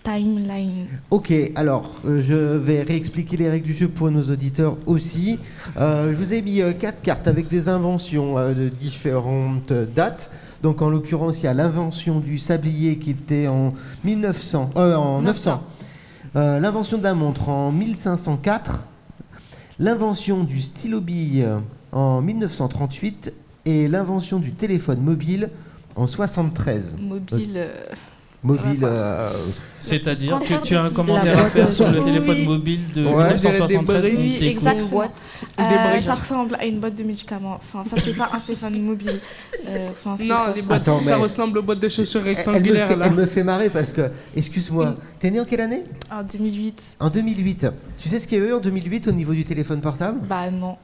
A: Timeline.
E: Ok, alors euh, je vais réexpliquer les règles du jeu pour nos auditeurs aussi. Euh, je vous ai mis euh, quatre cartes avec des inventions euh, de différentes euh, dates. Donc en l'occurrence, il y a l'invention du sablier qui était en 1900, euh, en 900. Euh, l'invention de la montre en 1504. L'invention du stylo bille en 1938 et l'invention du téléphone mobile en 73.
A: Mobile. euh,
E: Mobile,
A: Ça va pas.
E: euh,
C: C'est-à-dire, tu,
B: Contraire
C: tu as un
B: des-
C: commentaire
F: la
C: à faire
F: boîte
C: sur le
F: de-
C: téléphone
F: Oui.
C: mobile de
E: Ouais.
C: 1973. on
D: Oui,
C: t'écoute.
A: exactement.
F: boîte.
A: Euh,
D: briques.
A: ça ressemble à une boîte de médicaments. Enfin, ça, c'est pas un téléphone mobile. Euh, Enfin, c'est
D: Non,
A: pas
D: les
A: ça.
D: boîtes,
E: Attends,
D: ça
E: mais-
D: ressemble aux boîtes de chaussures
E: Elle- Elle me,
D: rectangulaires.
E: fait,
D: là.
E: elle me fait marrer parce que, excuse-moi, t'es né en quelle année
A: En 2008.
E: En 2008. Tu sais ce qu'il y a eu en 2008 au niveau du téléphone portable
A: Bah non.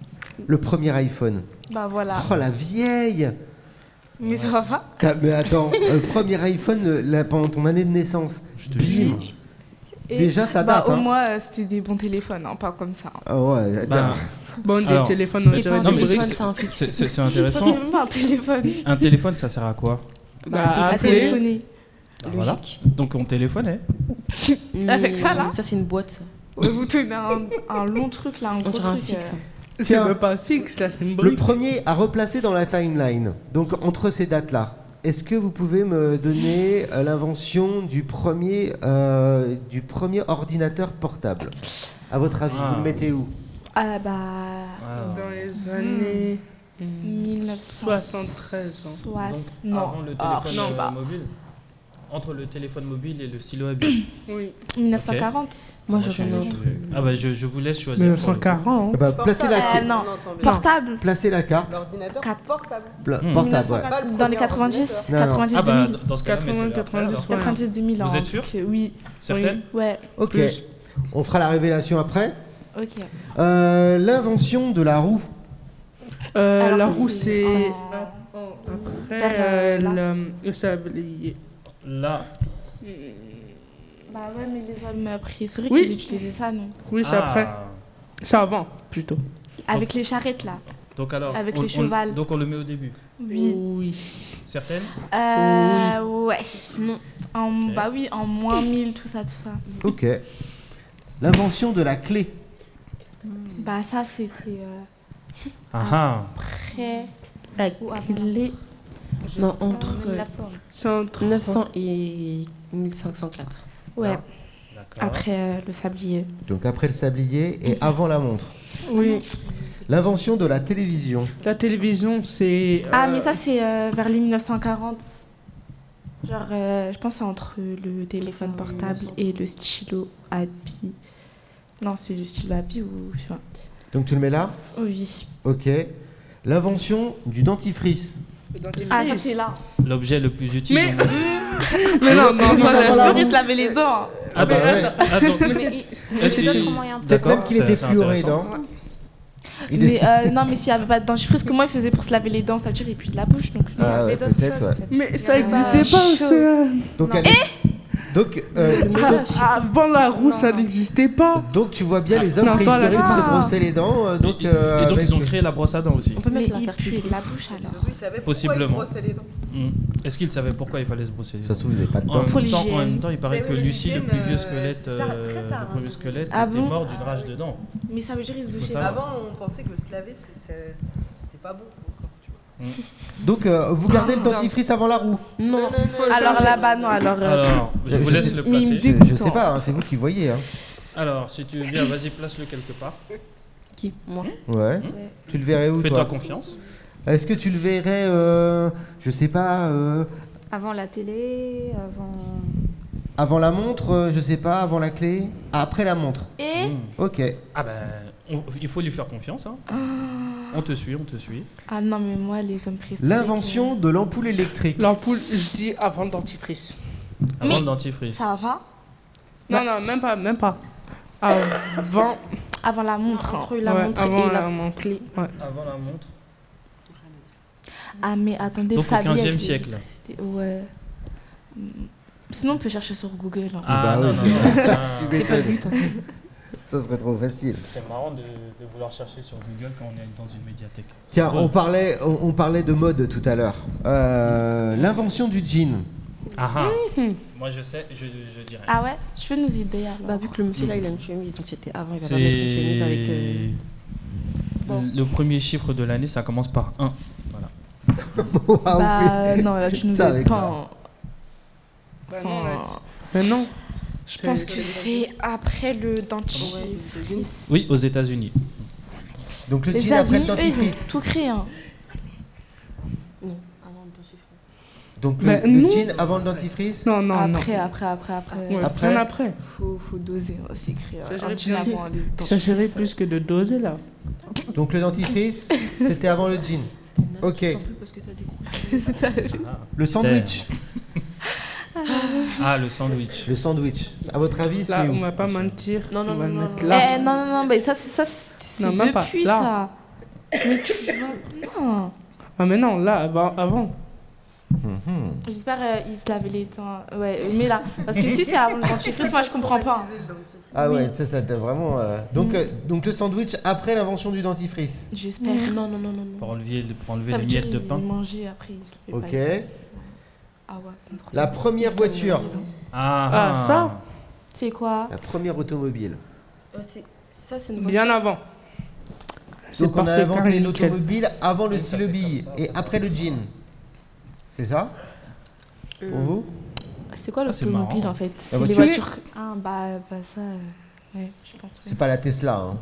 E: Le premier iPhone.
A: Bah voilà.
E: Oh la vieille
A: Mais ça va pas
E: T'as- Mais attends, le premier iPhone euh, là, pendant ton année de naissance.
C: Je te
E: Bim.
C: jure.
A: Et-
E: Déjà, ça date,
A: Bah, au
E: hein.
A: moins, euh, c'était des bons téléphones, hein, pas comme ça. hein.
E: Ah ouais, attends.
C: Ben,
D: Bon, des
C: Alors,
D: téléphones, on
F: c'est
D: dirait
F: pas
D: des
F: un
C: non, mais
D: briques.
F: téléphone,
C: c'est-
F: c'est un fixe.
C: c'est c'est- c'est
A: Ça,
C: intéressant.
A: c'est même pas un téléphone.
C: Un téléphone, ça sert à quoi
D: Bah,
A: À
D: appelez.
A: téléphoner.
C: Bah, voilà. Donc on téléphonait.
F: Mais,
A: Avec ça, là
F: Ça, c'est une boîte. ça.
A: Ouais, vous tenez un, un long truc là, un
F: On
A: gros
F: dirait un
A: truc. euh,
F: fixe.
D: C'est
E: Tiens.
D: même pas fixe, là, c'est une
A: Bah
E: le
D: brique.
E: premier à replacer dans la timeline, donc entre ces dates-là. Est-ce que vous pouvez me donner euh, l'invention du premier euh, du premier ordinateur portable À votre avis,
C: Ah.
E: vous le mettez où
A: Ah bah.
C: Voilà.
E: Ah.
D: Dans les années
A: Hmm.
D: hein.
A: 1960.
D: 73 ans.
C: Donc,
A: Non.
C: Avant le
A: Ah,
C: téléphone
A: non,
C: euh,
A: bah,
C: mobile Entre le téléphone mobile et le stylo à billes.
D: Oui.
A: 1940.
F: Moi,
C: je
F: j'aurais
C: suis-
F: un autre.
C: je- Ah bah je, je vous laisse choisir. pour le coup.
D: 1940.
E: Ah bah, placez, la,
A: Euh, non.
G: On entend bien.
A: Portable.
E: placez la carte.
G: L'ordinateur
A: Quatre.
G: portable.
E: Pla-
C: Hmm.
E: Portable, ouais.
G: Pas le
A: Dans les
G: premier
A: 90,
G: ordinateur.
E: Non, non.
A: 90
C: Ah bah
A: 2000.
C: dans ce cas
D: 80, 90, ouais.
A: 90 2000 ans.
C: Vous êtes
A: hein, parce
C: sûr
A: que Oui.
C: Certaines
A: Oui. Ouais,
E: Ok.
D: Plus.
E: On fera la révélation après.
A: ok.
E: Euh, L'invention de la roue.
D: Euh,
A: Alors,
D: la
A: ça,
D: roue,
A: c'est-
D: c'est
A: Ah. Faire,
D: après euh,
A: euh,
D: le le sablier.
C: Là.
A: Bah ouais, mais les hommes euh, pris souris,
D: Oui.
A: ils utilisaient ça, non
D: Oui, c'est
C: Ah.
D: après. C'est avant, plutôt.
A: Avec les charrettes là.
C: Donc alors.
A: Avec
C: on-
A: les
C: on-
A: chevals.
C: Donc on le met au début.
A: Oui.
C: Certaines
A: Euh. Ouais.
F: Non.
A: En-
C: Ok.
A: Bah oui, en moins 1000, tout ça, tout ça.
E: Ok. L'invention de la clé.
A: Bah ça, c'était euh,
C: Ah ah.
A: après.
B: Bah,
A: ou avant.
F: Non, entre euh,
B: La forme.
D: C'est entre
F: 900 et 1504.
A: Ouais,
C: D'accord.
A: après euh, le sablier.
E: Donc après le sablier et avant la montre.
D: Oui.
E: L'invention de la télévision.
D: La télévision, c'est.
A: Ah,
D: euh,
A: mais ça, c'est euh, vers les 1940. Genre, euh, je pense que c'est entre le téléphone portable et le stylo à billes. Non, c'est le stylo à billes ou je sais pas.
E: Donc tu le mets là
A: Oh, oui.
E: Ok. L'invention du dentifrice.
A: Ah, ça, c'est là.
C: L'objet le plus utile.
D: Mais,
C: au monde.
D: mais non, non,
E: Mais
D: pas
E: ça,
D: la
E: voilà.
D: souris.
A: se laver les dents.
C: Ah bah
E: bah
C: ouais. Attends.
B: Mais il-
C: Est-ce
B: je sais
C: qu'il-
B: pas comment il y a un-
E: Peut-être
C: D'accord,
E: même qu'il était
C: c'est- c'est
E: fluoré
C: intéressant.
E: dans. Il
A: Mais
E: est-
A: euh, non, mais s'il n'y avait pas de dentifrice, comment il faisait pour se laver les dents, ça veut dire, et puis de la bouche donc,
E: Ah, ouais, peut-être, ouais.
D: Mais ça
A: Il y a pas-
D: n'existait pas
A: chaud.
D: aussi. hein.
E: Donc,
A: Non. Eh
E: elle- donc, euh, donc,
D: Avant la roue,
A: Non,
D: ça
A: non.
D: n'existait pas.
E: donc tu vois bien les hommes
D: Non, attends,
E: préhistoriques
A: Ah. là-
E: se
A: Ah.
E: brosser les dents. euh, donc,
C: et, et
E: euh,
C: donc,
E: avec-
C: ils ont créé la brosse à dents aussi.
F: On peut
A: Mais
F: mettre la
A: il
F: carte
A: puait
F: ici.
A: de la bouche alors.
G: Surtout, ils savaient pourquoi ils se
C: Possiblement.
G: brossaient les dents.
C: Mm. Est-ce qu'ils savaient pourquoi il fallait se brosser les
E: Ça
C: dents
E: se trouve, ils n'avaient pas de
C: en
E: dents.
A: Pour
C: même, temps, en
A: l'hygiène.
C: même temps, il paraît
G: Mais
C: que
G: oui,
C: Lucie, le
G: l'hygiène,
C: plus vieux
G: euh,
C: squelette,
G: c'est tard- très
C: euh,
G: tard,
C: le premier
G: hein.
C: squelette,
A: Ah
C: était
A: bon
C: mort d'une rage de dents.
A: Mais ça veut dire, ils se
C: Faut
A: douchaient.
C: savoir.
G: Avant, on pensait que se laver, c'est- c'est- c'était pas bon.
E: Donc, euh, vous gardez le dentifrice avant la roue.
F: Non,
A: Alors là-bas, non, alors. euh,
C: Alors, je vous
E: Je
C: laisse
E: sais-
C: le
A: mais il me
C: placer.
A: dit-
E: Je sais
A: Dégoûtant.
E: pas, hein, c'est vous qui voyez. hein.
C: Alors, si tu veux bien, vas-y, place-le quelque part.
F: qui Moi.
E: Ouais. Tu le verrais où
C: Fais-toi
E: toi
C: confiance.
E: Est-ce que tu le verrais, euh, je sais pas, euh,
B: Avant la télé, avant.
E: avant la montre, euh, je sais pas, avant la clé, après la montre.
A: Et
E: Ok.
C: Ah ben, on- il faut lui faire confiance. hein. On te suit, on te suit.
A: Ah non, mais moi, les hommes préhistoriques.
E: L'invention de l'ampoule électrique.
D: L'ampoule, je dis avant le dentifrice.
C: Avant
A: Mais-
C: le dentifrice.
A: Ça va pas
D: Non, non, même pas, même pas. Avant,
A: Avant la montre. hein.
F: Entre la
D: ouais,
F: montre
D: avant
F: et
D: la
F: la
D: montre.
F: clé.
C: Avant la montre.
A: Ah, mais attendez,
C: Donc au
A: Fabi, elle
C: 15e
A: était-
C: siècle.
A: c'était- Ouais. Hmm. Sinon, on peut chercher sur Google. hein.
C: Ah
E: Bah
C: non,
E: oui.
C: non, non, ah,
E: Tu m'étonnes. Ça serait trop facile.
C: C'est marrant de, de vouloir chercher sur Google quand on est dans une médiathèque.
E: Tiens,
C: Bon.
E: on parlait, on, on parlait de mode tout à l'heure. Euh, L'invention du jean.
C: Ah ah.
A: Mmh.
C: Moi je sais, je, je dirais.
A: Ah ouais Tu peux nous aider alors
F: Bah, vu que le monsieur là, il a une chemise, donc c'était avant, il va
C: C'est
F: pas mettre une chemise avec. euh,
A: Bon.
C: le premier chiffre de l'année, ça commence par 1.
E: Waouh,
A: Bah,
E: Ah oui.
A: non, là, tu nous
E: Ça,
A: aides
E: avec
A: pas.
E: ça.
A: hein.
D: Bah non, là,
A: Enfin,
D: Mais non.
A: je pense que c'est après le dentifrice.
C: Oui, aux États-Unis.
E: Donc le
A: Les
E: jean après le
A: États-Unis, eux, ils
E: dentifrice.
A: ont tout créé. hein.
F: Non, avant le dentifrice.
E: Donc le,
D: Mais
E: le
D: non.
E: jean avant le dentifrice.
D: Non, non, non.
A: après, après, après, après,
D: Ouais,
E: Après.
D: bien après.
A: Faut, faut doser, hein, c'est écrit. euh,
D: Ça,
A: un
D: j'aurais
A: petit
D: pu-
A: avant, le
D: Ça
A: dentifrice.
D: serait plus que de doser là.
E: Donc le dentifrice, c'était avant le jean. Ok.
F: Je sens plus parce que t'as des gros
E: Le sandwich.
C: Ah, le sandwich.
E: Le sandwich. À votre avis, c'est
D: Là, on
E: où
D: va pas mentir.
F: Non, non,
D: on va
F: non,
D: le
F: non,
D: mettre
F: non.
D: là.
A: Eh, non, non, non, mais ça, c'est ça, c'est c'est
D: Non, même pas,
A: depuis
D: là.
A: ça. Mais tu vois, non.
D: Ah, mais non, là, avant. avant.
E: Mhm.
A: J'espère qu'ils se lavaient les dents. Ouais, mais là, parce que si c'est avant le dentifrice, moi je comprends pas. hein.
E: Ah ouais, ça, ça t'a vraiment. euh,
F: Mm.
E: Donc, euh, donc le sandwich après l'invention du dentifrice.
A: J'espère.
F: Non, non, non, non, non.
C: Pour enlever, le- pour enlever
A: Ça
C: les
A: veut dire
C: miettes de
A: qu'ils
C: pain.
A: mangeaient après. ils
E: Ok.
A: savaient pas. Ah ouais. n'importe
E: La
A: quoi.
E: première voiture,
C: Ah,
D: Ah, ça
A: C'est quoi
E: la première automobile.
F: Euh, c'est- Ça, c'est une
D: Bien avant.
E: Donc on a
D: parfait,
E: inventé
D: Karine, nickel.
E: l'automobile avant le
C: Oui, ça fait
E: syllabille
C: comme ça,
E: et
C: ça
E: après
C: fait
E: le
C: comme ça.
E: jean. C'est ça
F: Euh,
E: Pour vous
A: C'est quoi
C: Ah, c'est
A: l'automobile
C: marrant.
A: en fait C'est les
E: voiture.
A: voitures. Ah bah, bah ça. euh, Ouais, je pense.
E: C'est pas la Tesla, hein,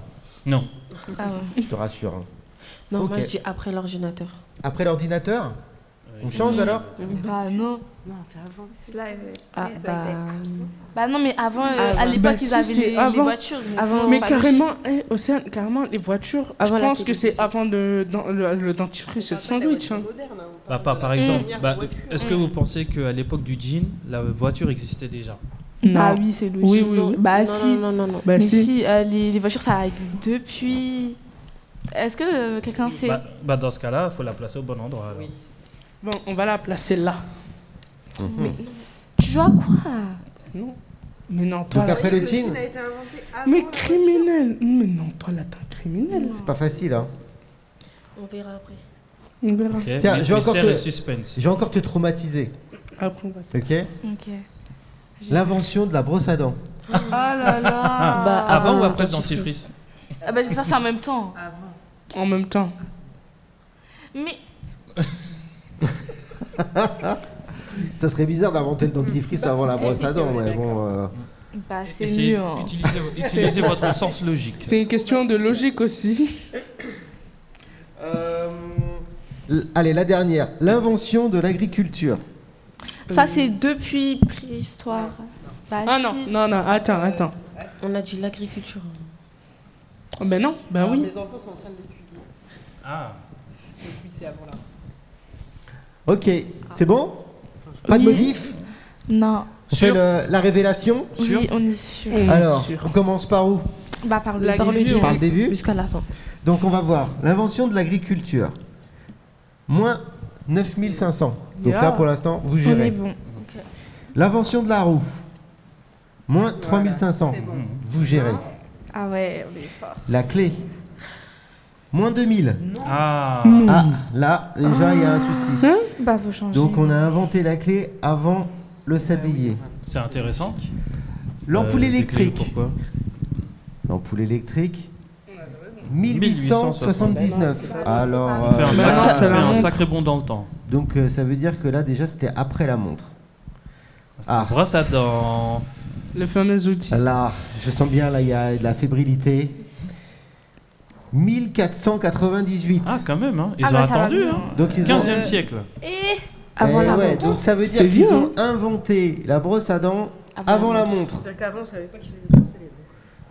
C: Non.
A: Ah ouais.
E: je te rassure. hein.
F: Non, moi
E: Ok.
F: je dis après l'ordinateur.
E: Après l'ordinateur, on change
A: Oui.
E: alors
A: Bah non.
F: Non, c'est avant.
A: Ah,
F: Ah, bah.
A: Bah non, mais avant, euh,
F: Ah,
A: à
F: ouais.
A: l'époque,
D: Bah,
A: ils
D: si,
A: avaient
D: c'est
A: les, les
D: avant.
A: voitures. donc
F: Avant.
A: non,
D: Mais
A: pas les-
D: carrément, eh, Océane, carrément, les voitures,
F: Avant
D: je
F: la
D: pense que c'est
F: télévision.
D: avant de, dans- le, le dentifrice et le sandwich. hein.
C: Bah, pas, par exemple, bah, est-ce que vous pensez qu'à l'époque du jean, la voiture existait déjà
A: Ah
D: Non.
A: oui, c'est logique.
D: Oui, oui, oui.
A: Bah
F: non,
A: si.
F: non, non, non, non.
D: Bah,
A: Mais
D: si.
A: si, euh, les, les voitures, ça existe depuis. Est-ce que euh, quelqu'un sait
C: bah, bah, Dans ce cas-là, il faut la placer au bon endroit. alors.
D: Bon, on va la placer là.
A: Tu vois quoi
D: Non. Mais non, toi,
E: Donc
D: là,
E: après
D: c'est-
E: le jean,
D: Mais criminel Mais non, toi, là, t'es un criminel.
E: c'est pas facile. Hein.
F: On verra après.
D: On verra.
C: Ok,
E: Tiens,
C: my-
E: je vais encore
C: mystère et
E: te-
C: suspense.
E: Je vais encore te traumatiser,
D: Après, on va se...
E: ok
A: Ok.
E: L'invention de la brosse à dents.
A: Oh là là
F: Bah,
C: Avant ou
F: Ah,
C: après le dentifrice
A: Ah bah, J'espère que c'est en même temps.
D: En même temps.
A: Mais
E: Ça serait bizarre d'inventer le dentifrice avant la brosse à dents, mais bon. euh,
A: bah, c'est
C: Essayez-
A: mieux. hein.
C: utilisez, utilisez votre sens logique.
D: C'est une question de logique aussi.
E: Euh, l- Allez, la dernière. L'invention de l'agriculture.
A: Ça, c'est depuis préhistoire. Bah,
D: Ah non,
A: si.
D: non, non, attends, attends.
F: On a dit l'agriculture.
D: Oh, Ben non, ben oui.
G: Mes enfants sont en train de l'étudier.
C: Ah,
G: Depuis, c'est avant là.
E: Ok, c'est bon Pas de
A: Oui.
E: modif
A: Non,
E: On fait le- la révélation
A: Ah, oui, on est sûr.
D: On est
E: Alors,
D: sûr.
E: on commence par où
A: Bah, par le
D: La
A: par le
D: griffure.
A: début.
E: Par le début
F: Jusqu'à la fin.
E: Donc on va voir l'invention de l'agriculture. Moins 9500. Donc
D: Yeah.
E: là pour l'instant, vous
A: On est
E: gérez.
A: bon.
E: L'invention de la roue. Moins 3500.
G: c'est bon.
E: Vous gérez.
A: Ah ouais, on est fort.
E: La clé. Moins 2000.
C: Ah
E: Ah, là, déjà, il y a un souci.
A: Bah, faut changer.
E: Donc on a inventé la clé avant le sablier.
C: C'est intéressant.
E: L'ampoule
C: Euh, des clés,
E: électrique.
C: Pourquoi
E: L'ampoule électrique.
C: 1879.
E: 1879. Alors,
C: On fait
E: euh,
C: un,
D: Bah
C: sacré,
D: non,
C: on
D: c'est la
C: fait un
D: montre.
C: sacré bond dans le temps.
E: donc euh, ça veut dire que là déjà c'était après la montre. Ah,
C: Brosse à dents.
D: Le fameux outil.
E: Là, je sens bien, là, il y a de la fébrilité. 1498.
C: Ah, quand même, hein. ils
A: Ah
C: ont
A: bah, ça va Euh,
C: attendu.
A: bien.
C: Hein.
E: donc ils
C: 15e
E: ont...
C: siècle.
A: Et
E: Eh
A: avant la
E: ouais,
A: montre.
E: donc ça veut
D: C'est
E: dire qu'ils
D: vieux,
E: ont inventé la brosse à dents avant la montre.
G: C'est-à-dire qu'avant, on savait pas qu'il faisait brosser les dents.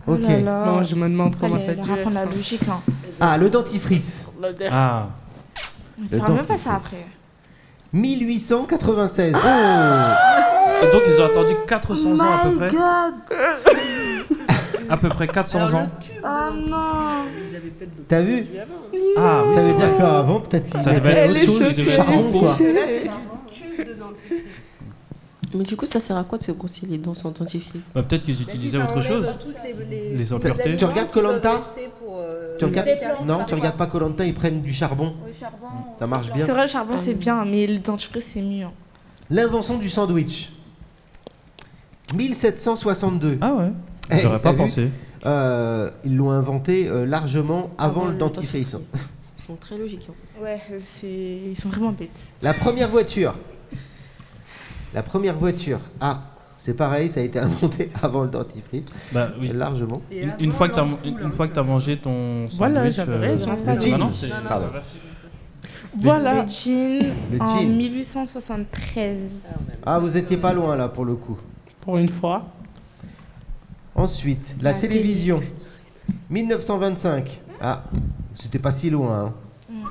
A: Oh
E: Ok.
A: là là.
D: Non, je me demande comment
A: Fallait
D: ça a
A: leur
D: dû
A: apprendre la
D: être.
A: logique. Hein.
E: Ah, le dentifrice.
A: euh.
C: Ah,
A: On saura même pas ça après.
E: dentifrice. 1896. Oh
C: donc ils ont attendu 400 ans à peu près. à peu près 400
G: Alors,
C: ans.
G: le tube,
A: Oh non.
G: ils avaient peut-être d'autres
E: T'as vu
G: produits avant. hein.
C: Ah, oui,
E: Ça
C: c'est
E: veut
C: vrai.
E: dire qu'avant, peut-être ils
C: Ça devait
E: mettaient
C: être
E: autre
C: autre chose, il
E: chose,
C: devait
E: du
C: être
E: charbon, quoi.
G: Mais Là, c'est du tube de dentifrice.
F: Mais du coup, ça sert à quoi de se brosser les dents sans dentifrice
C: Bah, Peut-être qu'ils
G: Mais
C: utilisaient
G: si,
C: autre
G: ça enlève
C: chose.
G: toutes les- les-
C: Les impuretés.
G: aliments
E: Tu regardes
G: qui peuvent
E: Koh-Lanta
G: rester pour, euh,
E: Tu
G: les
E: regardes
G: plantes,
E: Non,
G: par
E: tu regardes
G: exemple.
E: pas Colanta, ils prennent du charbon. Ça marche bien.
A: C'est vrai, le charbon c'est bien, mais le dentifrice c'est mieux. hein.
E: L'invention du sandwich. 1762.
C: Ah ouais,
E: Eh,
C: j'aurais pas
E: t'as vu
C: pensé.
E: Euh, ils l'ont inventé euh, largement avant le dentifrice.
F: Donc, très logique. hein.
A: Ouais, euh, c'est ils sont vraiment bêtes.
E: La première voiture. La première voiture. Ah, c'est pareil, ça a été inventé avant le dentifrice,
C: Bah oui.
E: largement.
G: Et
C: Une,
G: avant,
C: une fois que t'as
G: l'ampoule,
C: une-
G: hein,
C: une fois que t'as mangé ton sandwich,
D: Voilà, j'avais raison.
A: Le
C: ah
E: jean.
C: non, c'est-
G: Non, non,
E: Pardon.
D: Voilà.
A: Le jean
E: Le
A: en
E: jean.
A: 1873.
E: Ah, vous étiez pas loin là pour le coup.
D: Pour une fois.
E: Ensuite, la
A: La
E: télévision. 1925. Ah, c'était pas si loin. hein.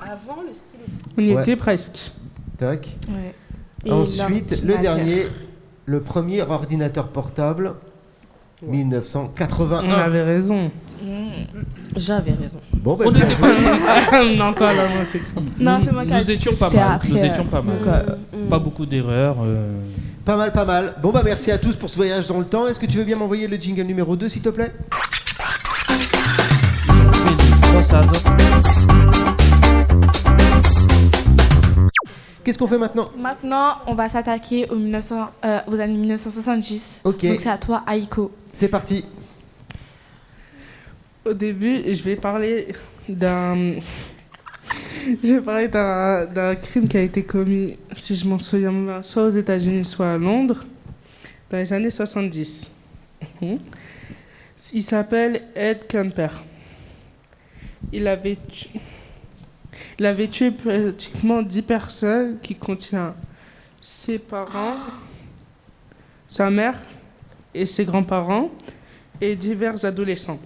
G: Avant le stylo.
D: On y
E: Ouais.
D: était presque.
E: Tac.
A: Ouais. Et
E: Ensuite, le
A: l'ordinateur.
E: dernier, le premier ordinateur portable,
G: Ouais.
E: 1981.
D: On avait raison.
A: Mmh.
F: J'avais raison.
E: Bon, ben,
C: On
E: bien
C: était
E: joué.
D: non, toi, là, moi, c'est
A: Non,
C: nous-
A: c'est moi qui
C: Nous
A: ai-
C: étions pas
A: c'était
C: mal.
A: après,
C: Nous
A: euh,
C: étions pas mal.
A: donc, euh,
C: Pas beaucoup d'erreurs. euh,
E: pas mal, pas mal. Bon, bah merci à tous pour ce voyage dans le temps. Est-ce que tu veux bien m'envoyer le jingle numéro 2, s'il te plaît
C: mais des brosses à dents.
E: Qu'est-ce qu'on fait maintenant
A: Maintenant, on va s'attaquer aux, 1900 euh, aux années 1970.
E: Ok,
A: Donc c'est à toi, Aiko.
E: c'est parti.
D: Au début, je vais parler d'un. Je vais parler d'un d'un crime qui a été commis, si je m'en souviens bien, soit aux États-Unis, soit à Londres, dans les années 70. Mhm. Il s'appelle Ed Kemper. Il avait, tu- Il avait tué pratiquement 10 personnes, qui contient ses parents, sa mère et ses grands-parents, et divers adolescents.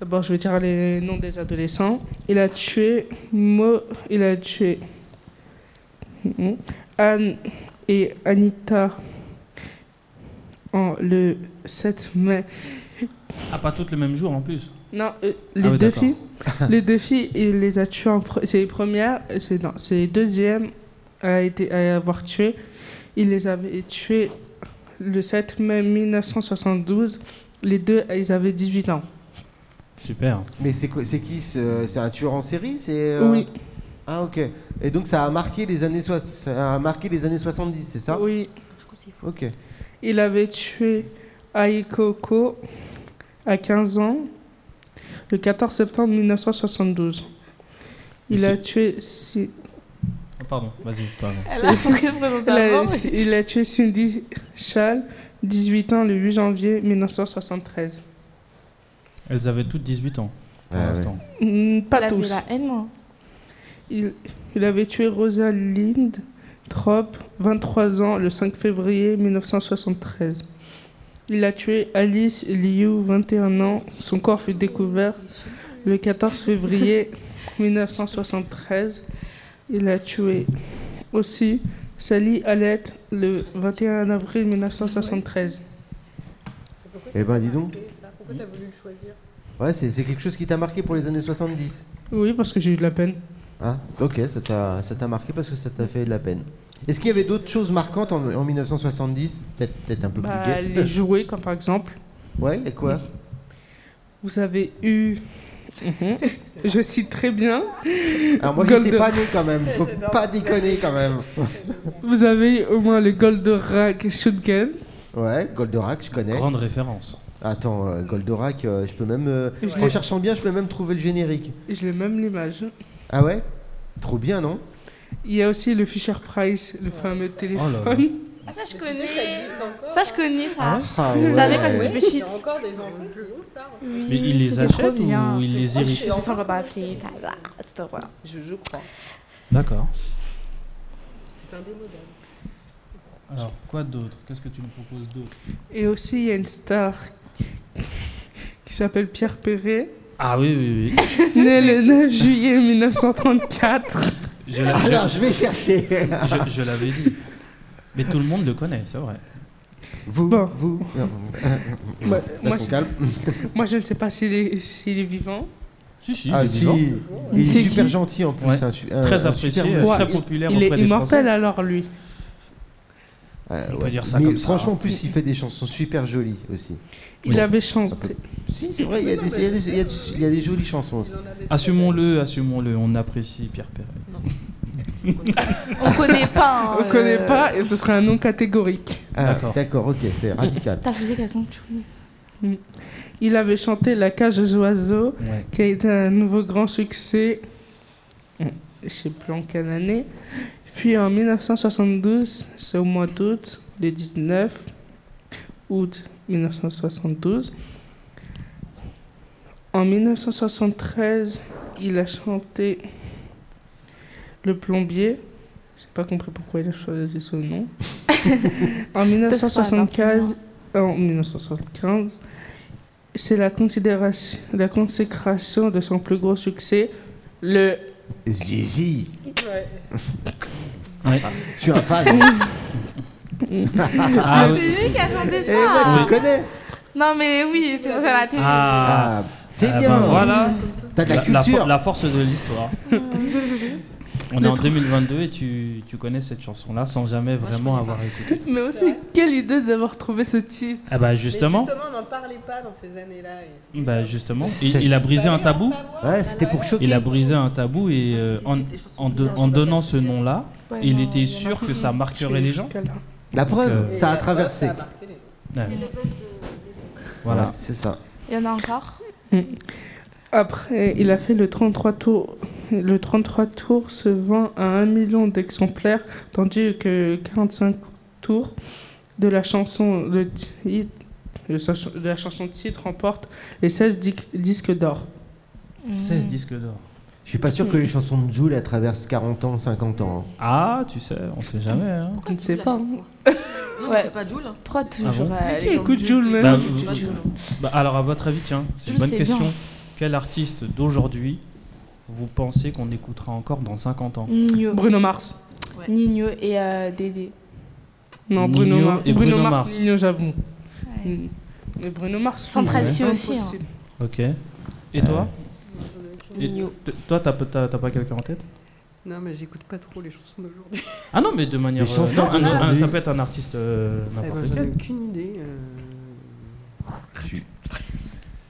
D: D'abord, je vais dire les noms des adolescents. Il a tué Mo, il a tué Mhm. Anne et Anita en le 7 mai.
C: Ah, pas toutes les mêmes jours en plus.
D: Non, euh, les
C: Ah oui,
D: deux
C: d'accord.
D: filles. les deux filles, il les a tuées en pre- C'est les premières, c'est non, c'est les deuxièmes à, été, à avoir tué. Il les avait tuées le 7 mai 1972. Les deux, ils avaient 18 ans.
C: Super.
E: Mais c'est quoi- c'est qui ce- C'est un tueur en série C'est euh,
D: Oui.
E: Ah, ok. Et donc ça a marqué les années, soix- ça a marqué les années 70, c'est ça
D: Oui.
F: Du coup, c'est fou.
E: Ok.
D: Il avait tué Aikoko à 15 ans le 14 septembre 1972.
C: Mais
D: Il a
C: c'est-
D: tué, Ci-
C: Ah, Pardon, vas-y. pardon.
A: Elle a compris le
C: Bah,
D: il a-
A: présentateur. hein,
D: il a tué Cindy Schall, 18 ans, le 8 janvier 1973.
C: Elles avaient toutes 18 ans pour
E: Ah,
C: l'instant.
D: Hmm,
A: Elle
D: Pas
A: a vu
D: tous.
A: la haine, hein. moi.
D: Il, il avait tué Rosalind Trop, 23 ans, le 5 février 1973. Il a tué Alice Liu, 21 ans. Son corps fut découvert le 14 février 1973. Il a tué aussi Sally Hallett le 21 avril 1973.
E: Eh ben, dis donc.
I: Pourquoi t'as voulu le choisir
E: Ouais, c'est c'est quelque chose qui t'a marqué pour les années 70.
D: Oui, parce que j'ai eu de la peine.
E: Ah, ok, ça t'a ça t'a marqué parce que ça t'a fait de la peine. Est-ce qu'il y avait d'autres choses marquantes en, en 1970 Peut-être peut un peu plus
D: Bah,
E: gay.
D: les jouets, comme par exemple,
E: Ouais, et quoi
D: vous avez eu. Mhm. Je cite très bien.
E: Alors moi, j'étais
D: Golden.
E: pas né quand même. Faut pas déconner quand même.
D: Vous avez eu au moins le Goldorak Shotgun.
E: Ouais, Goldorak, je connais.
C: Grande référence.
E: Attends, euh, Goldorak, euh, je peux même... euh,
D: Je
E: En
D: l'ai-
E: cherchant bien, je peux même trouver le générique.
D: Je l'ai même l'image.
E: Ah ouais Trop bien, non
D: Il y a aussi le Fisher Price, le fameux
C: Oh
D: téléphone.
C: là là.
A: Ah, ça, je
I: Tu sais que ça existe encore.
A: Ça, je connais ça.
E: Ah
A: Vous savez, quand
E: ouais.
A: j'étais
I: Ouais,
A: petite.
I: Il y a encore des enfants qui ont ça. en fait.
A: Oui,
C: Mais ils les
A: c'était
C: achètent
A: trop
C: ou
A: bien.
C: ils les
A: Moi, je
C: héritent
A: faisais ça, on va pas appeler. ça, là, C'est trop bien.
I: Je, je crois.
C: D'accord.
I: C'est indémodable.
C: Alors, quoi d'autre Qu'est-ce que tu nous proposes d'autre
D: Et aussi, il y a une star qui s'appelle Pierre Perret,
C: Ah oui, oui, oui.
D: né le 9 juillet 1934.
C: Je l'a- je-
E: Alors, je vais chercher.
C: je- je l'avais dit. Mais tout le monde le connaît, c'est vrai.
E: Vous,
D: Bon.
E: vous... Non,
D: Bah, moi,
E: Restons
D: je-
E: calmes.
D: moi, je ne sais pas s'il est, s'il est vivant.
C: Si, si,
E: Ah,
C: il est
E: si.
C: vivant.
E: Il est
D: C'est qui
E: super gentil en plus.
C: Ouais.
E: un su- un-
C: Très
E: un
C: apprécié,
E: super
C: euh,
D: Ouais,
C: très populaire
D: Il
C: auprès
D: est
C: des
D: immortel
C: Français.
D: alors, lui.
E: Ouais,
C: On peut
E: ouais.
C: dire ça
E: Mais
C: comme ça,
E: Franchement,
C: hein.
E: en plus, il fait des chansons super jolies aussi.
D: Il
C: Oui.
D: avait
E: Ça
D: chanté.
E: peut- Si, c'est vrai, il y, a des- il y a des- il y a des- il y a des jolies chansons aussi.
C: Assumons-le, assumons-le. On apprécie Pierre Perret.
A: On connaît pas. hein,
D: On ne connaît
A: euh.
D: pas et ce serait un nom catégorique.
E: Ah,
C: D'accord.
E: D'accord, ok, c'est radical.
A: T'as refusé quelqu'un que tu connais.
D: Il avait chanté La cage aux oiseaux,
C: Ouais.
D: qui a été un nouveau grand succès, je ne sais plus en quelle année. Puis en 1972, c'est au mois d'août, le 19 août 1972. En 1973, il a chanté Le plombier. Je n'ai pas compris pourquoi il a choisi ce nom. en 1975, en 1975 c'est la, considération- la consécration de son plus gros succès, le
E: Zizi,
C: Ouais.
E: je suis un fan.
C: Ah, oui.
A: C'est lui qui a chanté
E: Eh ouais,
A: ça.
E: tu connais
A: Non, mais oui, c'est pour ça la télé.
C: Ah,
E: Ah, c'est
C: ah,
E: bien.
C: ben voilà.
E: T'as de la,
C: La, la
E: culture.
C: for- la force de l'histoire. On est en 2022 et tu, tu connais cette chanson-là sans jamais vraiment avoir écouté.
D: Mais aussi, quelle idée d'avoir trouvé ce type.
C: Ah bah
I: Mais
C: justement,
I: Justement, on n'en parlait pas dans ces années-là. et c'était-
C: bah justement,
E: C'est-
C: il, il a brisé un tabou.
A: Bah
E: Ouais, c'était pour choquer.
C: Il a brisé un tabou
A: Ah,
C: et euh, en, en de- en donnant ce nom-là,
A: Ouais,
C: il
A: non,
C: était
A: y en a
C: sûr
A: plus.
C: que ça marquerait les gens.
D: Jusque-là.
E: La preuve,
C: Euh,
E: ça a
I: Et
E: traversé.
I: ça a marqué les gens.
C: Ouais.
E: Voilà,
C: Voilà.
E: c'est ça.
A: Il y en a encore.
D: Après, il a fait le 33 tours. Le 33 tours se vend à 1 million d'exemplaires, tandis que 45 tours de la chanson, le titre- le chanson- de la chanson titre remporte les 16 di- disques d'or.
A: Mm.
C: 16 disques d'or.
E: Je suis pas sûr que les chansons de Jules elles traversent 40 ans, 50 ans. hein.
C: Ah, tu sais, on sait jamais. hein.
D: Je ne sais pas. hein.
A: Ouais.
G: Ouais. pas Jules. hein.
A: Pourquoi Mm. toujours
C: Ah bon
A: euh,
D: Qui
A: les gens
D: écoute
A: de-
D: Jules, même
C: Bah,
G: Tu
C: vous-
G: vois, Jules.
C: Bah, alors, à votre avis, tiens, c'est
A: Je
C: une bonne
A: sais
C: question.
A: bien.
C: Quel artiste d'aujourd'hui vous pensez qu'on écoutera encore dans 50 ans
A: Nino.
D: Bruno Mars.
A: Nino et euh, Dédé.
D: Non, Bruno,
C: Nino
D: Mar-
C: et
D: Bruno,
C: Bruno
D: Mars.
C: Mars.
D: Nino, j'avoue.
A: Ouais.
D: Mm. Mais Bruno Mars.
A: Central
D: oui,
A: Cee
D: c'est
A: aussi, hein.
D: impossible.
C: Ok. Et toi
A: Euh,
C: Et
F: Mignon.
C: t- Toi, t'as pe- t'as- t'as pas quelqu'un en tête
G: Non, mais j'écoute pas trop les chansons d'aujourd'hui.
C: Ah non, mais de manière.
E: Les chansons
C: non, un-
E: de
C: un-
E: Barbie.
C: ça peut être un artiste euh,
G: Eh ben,
C: n'importe
G: J'en ai
C: quel.
G: aucune idée. euh.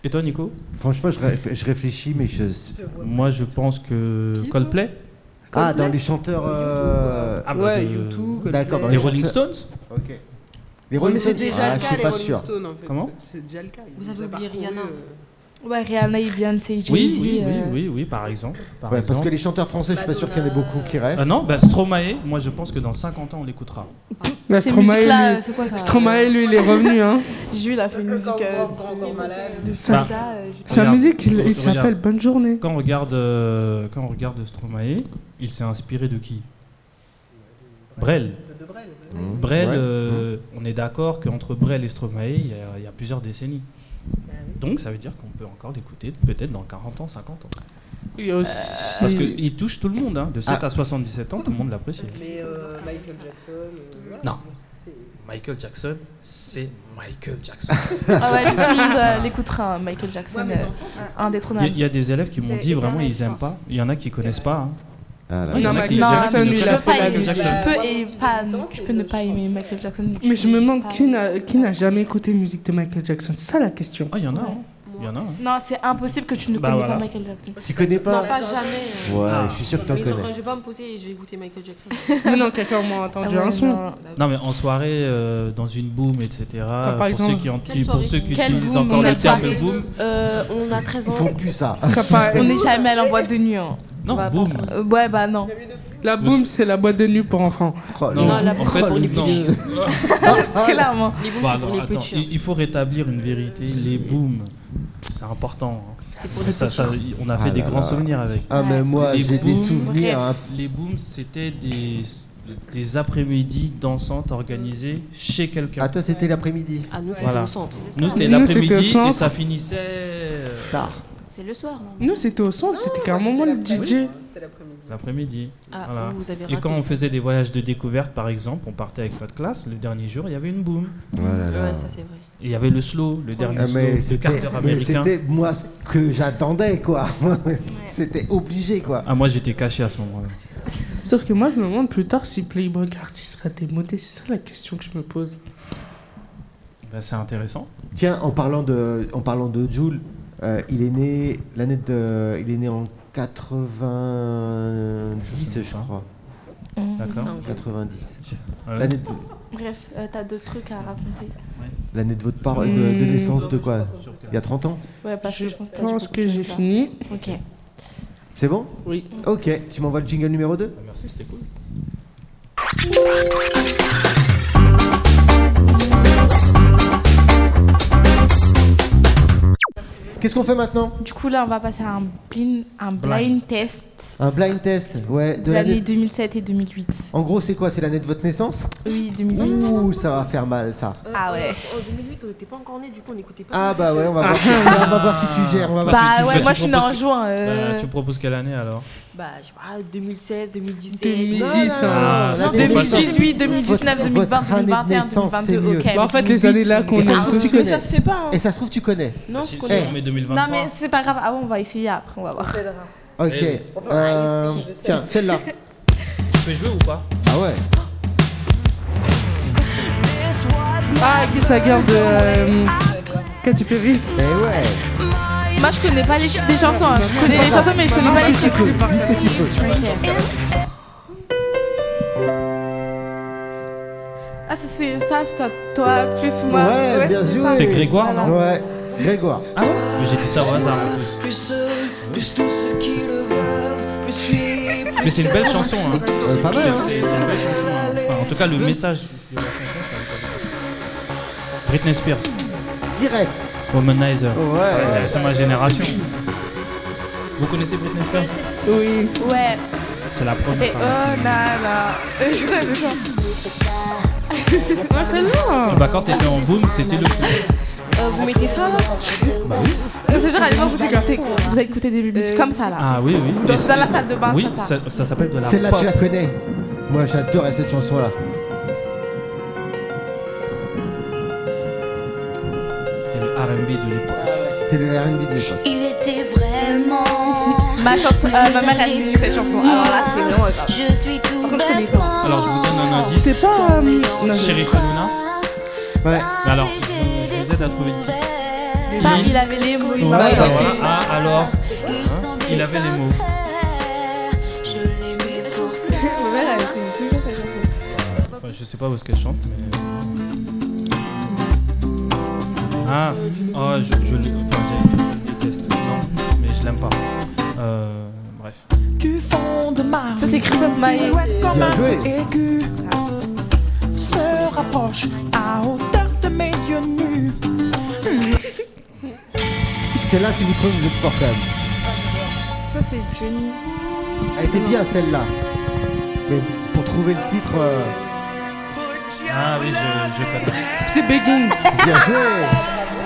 C: Et toi, Nico
E: Franchement, je, réf- je réfléchis, mais je.
C: Moi, je pense que
G: Qui, toi
C: Coldplay.
E: Ah, dans les chanteurs. euh,
C: Ah, bah,
G: ouais,
C: de-
G: YouTube.
E: D'accord,
C: Les
E: bah,
C: Rolling
E: ça-
C: Stones
E: Ok. Les
G: Ouais, mais
E: Rolling
G: c'est
E: Stones.
G: déjà
E: Ah,
G: le
E: je
G: cas,
E: suis
G: les
E: pas
G: Rolling
E: sûr.
G: Stones, en fait.
C: Comment
G: C'est déjà le cas. ils
F: Vous
G: ont
F: avez
G: déjà
F: oublié
G: parcouru,
F: Rihanna.
G: euh,
A: Ouais, Rihanna et Beyoncé, Jay-Z.
C: oui oui, oui,
A: euh,
C: oui, oui, par exemple. Par
E: Ouais, parce
C: exemple.
E: que les chanteurs français, je suis pas sûr qu'il y en ait beaucoup qui restent.
C: Ah non, bah Stromae, moi je pense que dans 50 ans on l'écoutera.
D: Mais
A: Ces
D: Stromae,
A: musiques-là,
D: lui-
A: c'est quoi ça
D: Stromae, lui, il est revenu. Hein.
A: Jules a fait une musique. euh,
D: Sa,
C: Bah,
A: ça, euh,
D: sa
C: regarde,
D: musique, il, il
C: regarde.
D: s'appelle Bonne Journée.
C: Quand on regarde, euh, quand on regarde Stromae, il s'est inspiré de qui Brel.
E: Mmh.
C: Brel,
E: Ouais.
C: euh, on est d'accord qu'entre Brel et Stromae, il y, a- il y a plusieurs décennies. Donc ça veut dire qu'on peut encore l'écouter peut-être dans 40 ans, 50 ans.
D: Il y a aussi.
C: Parce qu'il touche tout le monde, hein. de 7
E: Ah.
C: à 77 ans, tout le monde l'apprécie.
I: Mais euh, Michael Jackson. euh, voilà.
C: Non.
I: C'est-
C: Michael Jackson, c'est Michael Jackson.
A: Ah ouais, le tout le monde euh, l'écoutera, hein, Michael Jackson,
I: mes
A: euh,
I: enfants, ça-
C: Il y a-
A: indétrônable.
C: il y, a des élèves qui m'ont
B: C'est
C: dit vraiment
B: éternel,
C: ils
B: je
C: aiment
B: pense.
C: pas. Il y en a qui connaissent pas. hein.
E: Ah là
C: Il y
E: là.
D: Bah Non,
C: en a qui-
D: Michael
C: il y en a qui
D: Jackson,
C: ne
D: lui, il
A: Tu
D: a euh,
C: connaissent
A: peux,
D: fait
A: pas
D: la
A: aimer,
D: musique.
A: tu
I: Jackson.
A: peux, et pas,
I: Attends,
A: tu
I: c'est
A: peux ne
I: le
A: pas
I: chant.
A: aimer Michael Jackson. mais tu
D: Mais je me euh,
A: peux
D: demande
A: pas
D: qui
A: aimer.
D: n'a qui n'a jamais écouté de musique de Michael Jackson. C'est ça la question.
C: Ah, il y en a.
A: Ouais.
C: hein. Il y en a. hein.
A: Non, c'est impossible que tu ne
C: Bah
A: connais
C: voilà.
A: pas Michael Jackson.
E: Tu connais
F: Non,
E: pas
F: pas jamais. euh.
E: Ouais,
C: Ah.
E: je suis sûr que t'en
F: Mais genre, je
E: connais.
F: vais pas me poser et je vais écouter Michael Jackson.
D: Mais non, quelqu'un au moins a
A: Ah
D: entendu
A: ouais,
D: un son.
A: non.
C: Non mais en soirée, euh, dans une boom, etc.
D: par
C: pour,
D: exemple-
C: ceux qui, en-
F: Quelle
C: qui- pour
F: soirée
C: ceux qui
A: Quelle
C: utilisent
A: boom,
C: encore
A: on
C: le
A: a
C: terme
A: parlé.
C: boom,
F: Euh, on a 13
E: Ils
F: ans.
E: font plus ça.
D: Kappa-
A: On n'est jamais allé en boîte de nuit. hein.
C: non
F: Bah,
C: boom.
A: Euh, ouais, bah non.
D: La boum, c'est la boîte de nuit pour enfants.
E: Oh,
C: Non,
E: le-
F: la
C: en
F: boum,
C: fait,
F: c'est pour les
C: non.
F: petits.
A: Clairement.
F: Les booms,
C: Bah,
F: c'est pour
C: non,
F: les
C: attends,
F: petits.
C: il, il faut rétablir une vérité. Les booms, c'est important. hein.
F: C'est pour les
C: Ça- ça-
F: petits.
C: on a fait
E: Ah
C: des
E: là
C: grands
E: là.
C: souvenirs avec.
E: Ah mais moi
C: Les
E: j'ai des
C: booms.
E: souvenirs. hein.
C: Les booms, c'était des, des après-midi dansantes organisées chez quelqu'un.
E: Ah toi c'était l'après-midi.
F: Ah, nous, c'était
C: Voilà.
F: au centre.
C: Nous, c'était
D: Nous, c'était au
C: l'après-midi et
D: centre.
C: ça finissait. euh,
E: Tard.
B: C'est le soir, non
D: Nous, c'était au centre, c'était Ah carrément moi le DJ.
I: C'était l'après-midi.
C: L'après-midi.
F: Ah,
C: Voilà.
F: vous avez raté.
C: Et quand on faisait des voyages de découverte, par exemple, on partait avec notre classe, le dernier jour, il y avait une boom.
E: Voilà, Oh là.
C: Euh,
F: Ouais, ça, c'est vrai.
C: Et il y avait le slow, le dernier
E: Ah, mais
C: slow, le quart
E: c'était
C: d'heure
E: mais
C: américain.
E: c'était moi ce que j'attendais quoi. c'était obligé quoi.
C: Ah, moi, j'étais caché à ce moment-là.
D: Sauf que moi, je me demande plus tard si Playboy Carti sera démodé. C'est ça la question que je me pose.
C: Ben, c'est intéressant.
E: Tiens en parlant de en parlant de Jules, euh, il est né l'année de il est né en 90
C: Je sais
E: je
C: pas.
E: crois.
A: Mhm,
C: D'accord.
F: C'est un vieux.
E: 90.
C: Euh,
E: L'année de,
A: Bref, euh, t'as d'autres trucs à raconter.
E: l'année de votre part de, de
D: Hmm.
E: naissance de quoi Il y a 30 ans.
A: Ouais, parce que
D: Je
A: je pense que, t'as dit
D: pense
A: beaucoup de
D: que j'ai
A: choses, là.
D: fini.
A: Ok.
E: C'est bon
D: Oui.
E: Ok, tu m'envoies le jingle numéro 2
C: Ah, Merci, c'était cool.
E: Qu'est-ce qu'on fait maintenant
A: Du coup, là, on va passer à un blind, un blind,
C: Blind.
A: test
E: Un blind test, ouais, de
A: des années
E: l'année.
A: 2007 et 2008.
E: En gros, c'est quoi C'est l'année de votre naissance
A: Oui, 2008.
E: Ouh, ça va faire mal, ça.
F: Euh,
A: Ah ouais.
F: En en 2008, on n'était pas encore nés, du coup, on n'écoutait pas.
E: Ah
F: la
E: bah
F: musique.
E: ouais, on va voir, si, on va voir si tu gères. On va voir si
A: Bah
E: tu
A: ouais,
E: gères.
A: moi je suis née en
C: proposes
A: juin.
C: Bah,
A: euh,
C: tu proposes quelle année alors
F: Bah, je sais pas, 2016, 2017.
D: 2000.
E: Non, non,
D: 10,
E: non,
C: hein.
E: non, non,
C: Ah,
E: non,
A: 2018, 2019,
E: Votre-
A: 2020,
E: votre année de
A: 2021,
E: naissance, c'est
A: 2022.
E: mieux.
A: Ok.
D: Bah, en
A: mais
D: fait, les
A: 2008,
D: années là qu'on
E: Et
D: est.
E: ça se
A: Ah,
E: trouve, tu
F: Mais ça
E: connais. Eh.
F: se fait pas, hein.
E: Et ça se trouve, tu connais.
F: Non,
C: Si-
F: je
C: si
F: connais.
C: on met
A: Non
C: 2023.
A: mais c'est pas grave, avant on va essayer après, on va voir.
E: Ok.
C: Eh,
E: euh,
I: essayer, je sais.
E: tiens, celle-là.
C: tu peux jouer ou pas
E: Ah ouais.
D: Ah, Kiss la guerre de euh, Katy Perry.
E: Eh ouais.
A: Moi je connais pas les titres des chansons, hein. je connais les chansons mais je connais pas les
E: Dis ce
A: titres.
E: que tu peux. Dis ce que tu peux.
A: Ah ça, c'est ça, c'est toi, toi plus moi.
E: Ouais, bien
A: c'est
E: joué.
A: ça.
C: C'est Grégoire,
A: Voilà.
E: Ouais. Grégoire. Euh,
C: Ah ouais J'ai dit ça au hasard. en plus.
H: Plus ceux, plus tous ceux qui le veulent, plus lui,
C: Mais
H: plus
C: c'est une belle chanson. Hein.
E: Euh, pas mal, hein
C: C'est c'est une belle chanson. hein. Enfin, en tout cas, le message de la chanson, ça me plaît. Britney Spears,
E: Direct.
C: Womanizer.
E: Ouais.
C: Euh, C'est ma génération. Vous connaissez Britney Spears
D: Oui.
A: Ouais,
C: C'est la
A: et
C: première.
A: oh
C: enfin, c'est-
A: là là. Je connais ça.
D: Ah, celle-là.
C: Bah, quand t'étais en boom, c'était le. truc.
F: Euh, vous mettez ça là
A: C'est genre à l'époque vous écoutez, vous écoutez des musiques comme ça là.
C: Ah oui, oui.
A: Dans,
C: Et c'est-
A: dans la salle de bain,
C: Oui,
A: ça, ça.
C: ça, ça s'appelle de la
E: Celle-là,
C: pop.
E: tu la connais. Moi, j'adorais cette chanson-là.
C: C'était le R&B de l'époque.
E: C'était le R&B de l'époque.
J: Il était vraiment.
A: Ma, chanson, euh, ma mère elle dit cette chanson. Alors là c'est vraiment ça.
J: Je suis tout
A: contre, je connais pas.
J: bêtement.
C: Alors, je vous donne un indice.
D: C'est
B: Ah,
D: pas. euh, non, je-
C: Chérie Colonna.
E: Ouais.
C: Mais Alors, je vous aide à trouver qui
A: Pas, il avait les mots, il
E: Ouais,
A: m'avait
E: bah
A: fait.
C: voilà. Ah, alors Hein Il avait les mots.
A: Ma mère, elle fait toujours cette chanson.
C: Enfin, je sais pas où est-ce qu'elle chante, mais. Ah, oh, je, je, l'ai- enfin, j'ai- je le déteste. Non, mais je l'aime pas. Euh, bref.
A: Ça c'est Christophe Maé.
E: Bien joué. Celle-là, si vous trouvez, vous êtes fort quand même.
A: Ça c'est Johnny.
E: Elle était bien celle-là. Mais pour trouver le titre, euh,
C: Ah oui, je, je connais.
D: C'est Begging.
E: bien joué.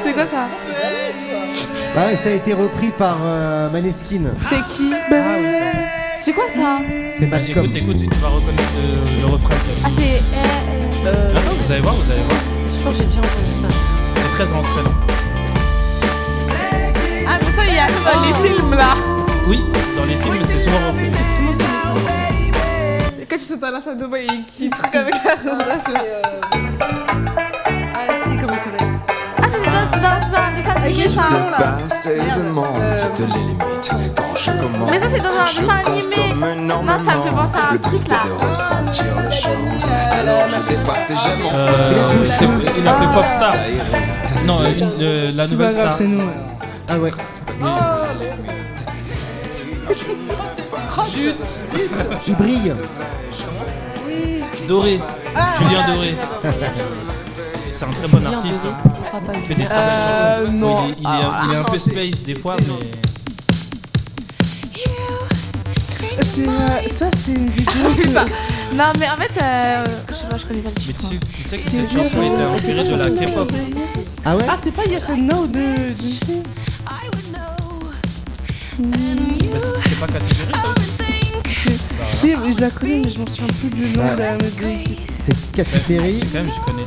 A: C'est quoi ça
E: Bah ouais, ça a été repris par euh, Maneskin.
A: C'est qui
H: C'est quoi ça
E: C'est Malcolm.
C: Écoute, écoute, tu vas reconnaître euh, le refrain.
H: Ah, c'est.
A: euh,
C: Attends, vous allez voir, vous allez voir.
K: Je pense que j'ai déjà entendu ça.
C: C'est très entraînant.
A: Ah, mais ça, il y a
K: Oh.
A: ça dans les films là.
C: Oui, dans les films, c'est souvent repris.
A: Quand ils sont à la salle de bain et qui truc avec la relation.
K: Ah, si, comment ça va
H: Ah, c'est dans, dans un dessin animé, ça.
G: te passe aisément toutes les limites quand je commence.
H: Mais ça, c'est dans un
G: je
H: dessin animé.
G: consomme énormément.
H: ça me fait penser à un
G: Le
H: truc,
G: but
H: là. Euh,
G: est de ressentir les choses. Alors je dépasse et j'aime enfin.
C: Euh,
G: Ça
C: c'est- il a fait Popstar.
G: irrite.
C: Non, euh, une- euh, la
D: C'est
C: nouvelle
D: pas grave,
C: star.
D: c'est nous. ouais.
E: Ah ouais.
A: Oh,
E: Il brille.
C: Doré.
K: Ah.
C: Julien Doré. C'est un très bon artiste. hein. Il fait des très belles
A: Euh,
C: chansons.
A: non.
C: Bon, il, est, il est un, il est un peu space des fois, mais.
D: C'est, euh, ça, c'est une vidéo.
A: Non, mais en fait, euh, je sais pas, je connais pas le
C: mais
A: titre.
C: tu, sais, tu sais que cette chanson était inspirée de la K-pop.
E: Ah ouais
D: Ah, c'est pas Yes and No de. de-
C: Mais C'est c'est pas catégorie ça aussi.
D: Si, mais je la connais, mais je m'en souviens plus du nom de la musique.
E: C'est Katy Perry.
C: C'est quand même, je connais.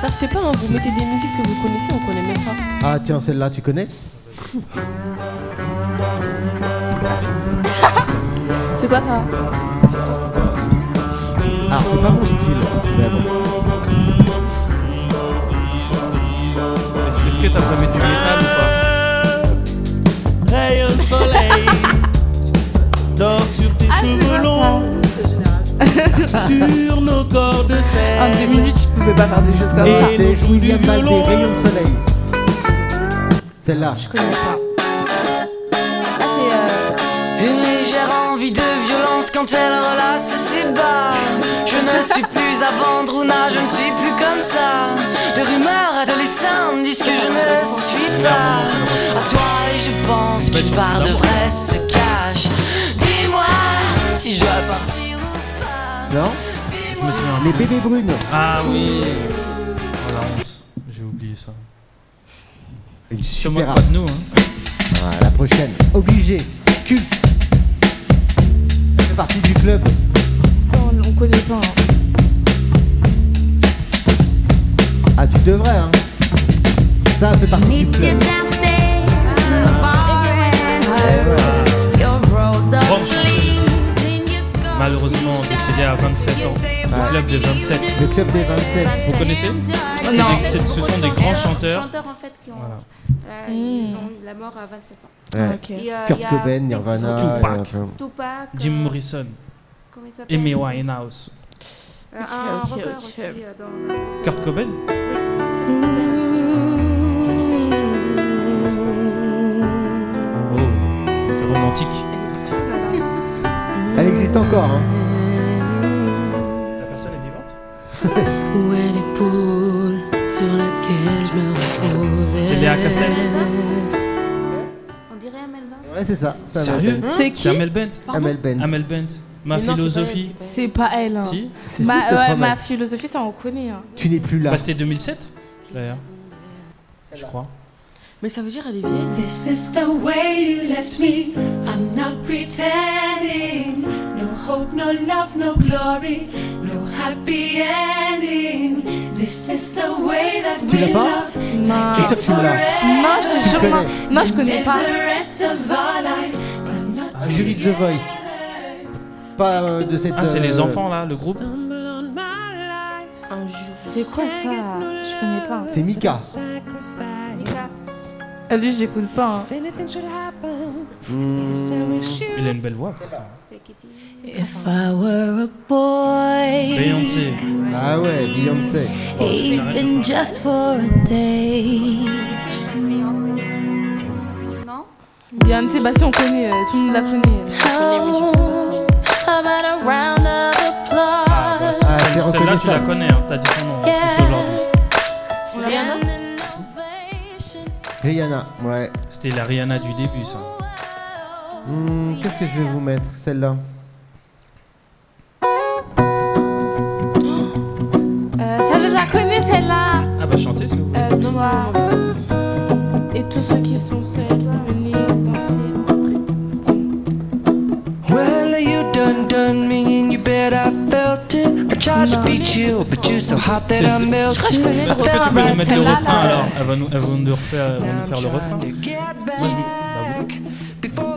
K: Ça se fait pas, hein, vous mettez des musiques que vous connaissez, on connaît même pas.
E: Ah tiens, celle-là, tu connais
K: C'est quoi ça
E: Ah, c'est pas mon style. Mais bon.
C: Est-ce est-ce que t'as jamais du métal ou
L: Euh,
C: pas
L: Rayon de soleil dort sur tes cheveux longs, sur nos corps de
A: En deux
L: sel.
A: minutes, je pouvais pas faire des choses comme
L: Et
A: ça.
E: C'est
L: nous jouons du
E: William Ball des
L: violon.
E: Rayons de Soleil. Celle-là.
A: Je connais pas. Ah, c'est. Euh...
G: Une légère envie de violence quand elle relâche ses bas. Je ne suis plus avant Drouna, je ne suis plus comme ça. Des rumeurs adolescentes disent que je ne suis pas. À toi et je pense qu'une part de vrai se cache. Dis-moi si je dois partir ou pas.
E: Non Les bébés brunes.
C: Ah oui Oh la honte, j'ai oublié ça.
E: Une
C: Tu te moques
E: super.
C: pas de nous, hein
E: Ah, la prochaine. Obligé. Culte. Ça fait partie du club.
A: Ça, on, on connaît pas. hein.
E: Ah, tu devrais, hein. Ça fait partie du
B: Meet you
E: club.
B: downstairs in the bar and hurry. Your rolled
C: Rome.
B: up sleeves in your scarf
C: Malheureusement décédé à 27 ans. Au club des 27.
E: Le club des 27.
C: Vous connaissez
B: touch.
C: C'est des- c'est- Ce sont des grands
H: chanteurs.
C: chanteurs.
H: chanteurs en fait qui ont,
C: Voilà.
H: euh, ils
A: Mm.
H: ont eu la mort à 27 ans.
E: Ouais.
A: Ok.
H: Et, euh, il
E: Kurt
H: y a-
E: Cobain, Nirvana.
C: Tupac.
E: euh, enfin,
H: Tupac.
C: Jim
H: euh,
C: Morrison,
H: comment il s'appelle
C: Amy Winehouse,
H: Euh, un
A: Ok, ok,
H: rocker
A: ok.
H: aussi euh, dans un-
C: Kurt Cobain.
K: Mmh.
C: Oh, c'est romantique.
E: Elle existe encore, hein.
C: La personne est vivante
B: Où est l'épaule sur laquelle je me reposais
C: C'est Léa Castel.
H: On dirait Amel Bent.
E: Ouais, c'est ça. C'est Amel
C: Sérieux
E: Bent.
A: C'est
C: C'est
A: qui
C: Amel Bent.
E: Amel Bent.
C: Amel Bent. Ma
K: Mais non, c'est pas elle,
C: philosophie.
K: c'est pas elle.
A: C'est pas elle. Hein.
C: Si
E: Si, si,
A: Ma,
E: je te
A: ouais,
E: promets.
A: ma philosophie, ça on connaît. Hein.
E: Tu n'es plus là.
C: Bah, c'était 2007 d'ailleurs. Je crois.
K: Mais ça veut dire elle est vieille.
B: This is the way you left me. I'm not pretending. No hope, no love, no glory, no happy ending. This is the way that
E: Tu l'as
B: we
E: pas
B: love.
A: Non.
E: Je suis sûr que tu l'as.
A: Non, Bah, je te jure, non.
E: Tu connais.
A: Non, je connais pas.
B: The rest of our life, but not
E: Ah, Julie de The Voice. Pas euh, de cette.
C: Ah, c'est les
E: euh,
C: enfants là, le groupe
K: Un jour.
A: C'est quoi ça Je connais pas.
E: C'est Mika.
A: Ah, Lui, j'écoute pas. hein.
E: Hmm,
C: Il a une belle voix.
B: If I were a boy,
C: Beyoncé.
E: Ah ouais, Beyoncé.
B: even just for a day.
H: Beyoncé. Non
A: Beyoncé, bah si on connaît, euh, tout le monde la connaît.
B: Oh, how about a round of
C: Ah, bah,
B: applause?
E: Ah, c'est
C: celle- Celle-là, tu la
E: reconnaissable.
C: connais, hein. t'as dit son nom en plus aujourd'hui.
B: Standing ovation.
E: Rihanna, ouais.
C: C'était la Rihanna du début, ça.
E: Hmm, Qu'est-ce que je vais vous mettre Celle-là.
A: Euh, ça, je la connais, celle-là.
C: Ah, bah, chantez, s'il vous plaît.
A: Euh, toi et tous ceux qui sont seuls, venez danser.
G: hot that I'm built
M: Je crois que je connais le
G: to
M: refrain. Est-ce
G: fit.
M: que
C: Tu peux nous mettre le
G: La, la, la,
C: refrain
G: la.
C: alors Elle va nous, elle va nous refaire, elle va nous faire le refrain. Moi,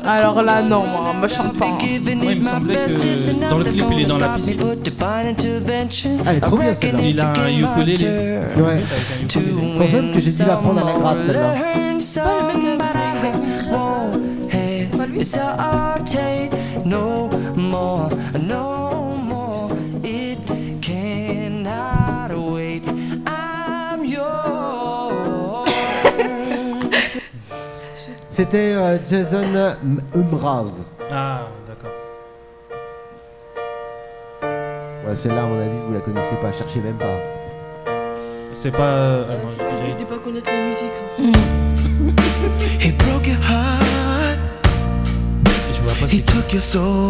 D: Bah
A: Alors là, non, moi, moi je chante
D: hein.
A: pas.
C: Moi, il me semblait que dans le clip, il est dans la piscine.
E: Ah, Elle est trop bien celle-là.
C: Il a un ukulélé.
E: Ouais. C'est pour ça que j'ai dû la prendre à la gratte celle-là.
G: It's a take no more, no more. It cannot wait. I'm yours.
E: C'était euh, Jason Umraz.
C: Ah, d'accord.
E: Ouais, celle-là, à mon avis, vous la connaissez pas, cherchez même pas.
C: C'est pas. euh, moi, j'ai-
N: De pas connaître la musique.
G: He broke your heart.
C: Je vois pas
G: He took your soul.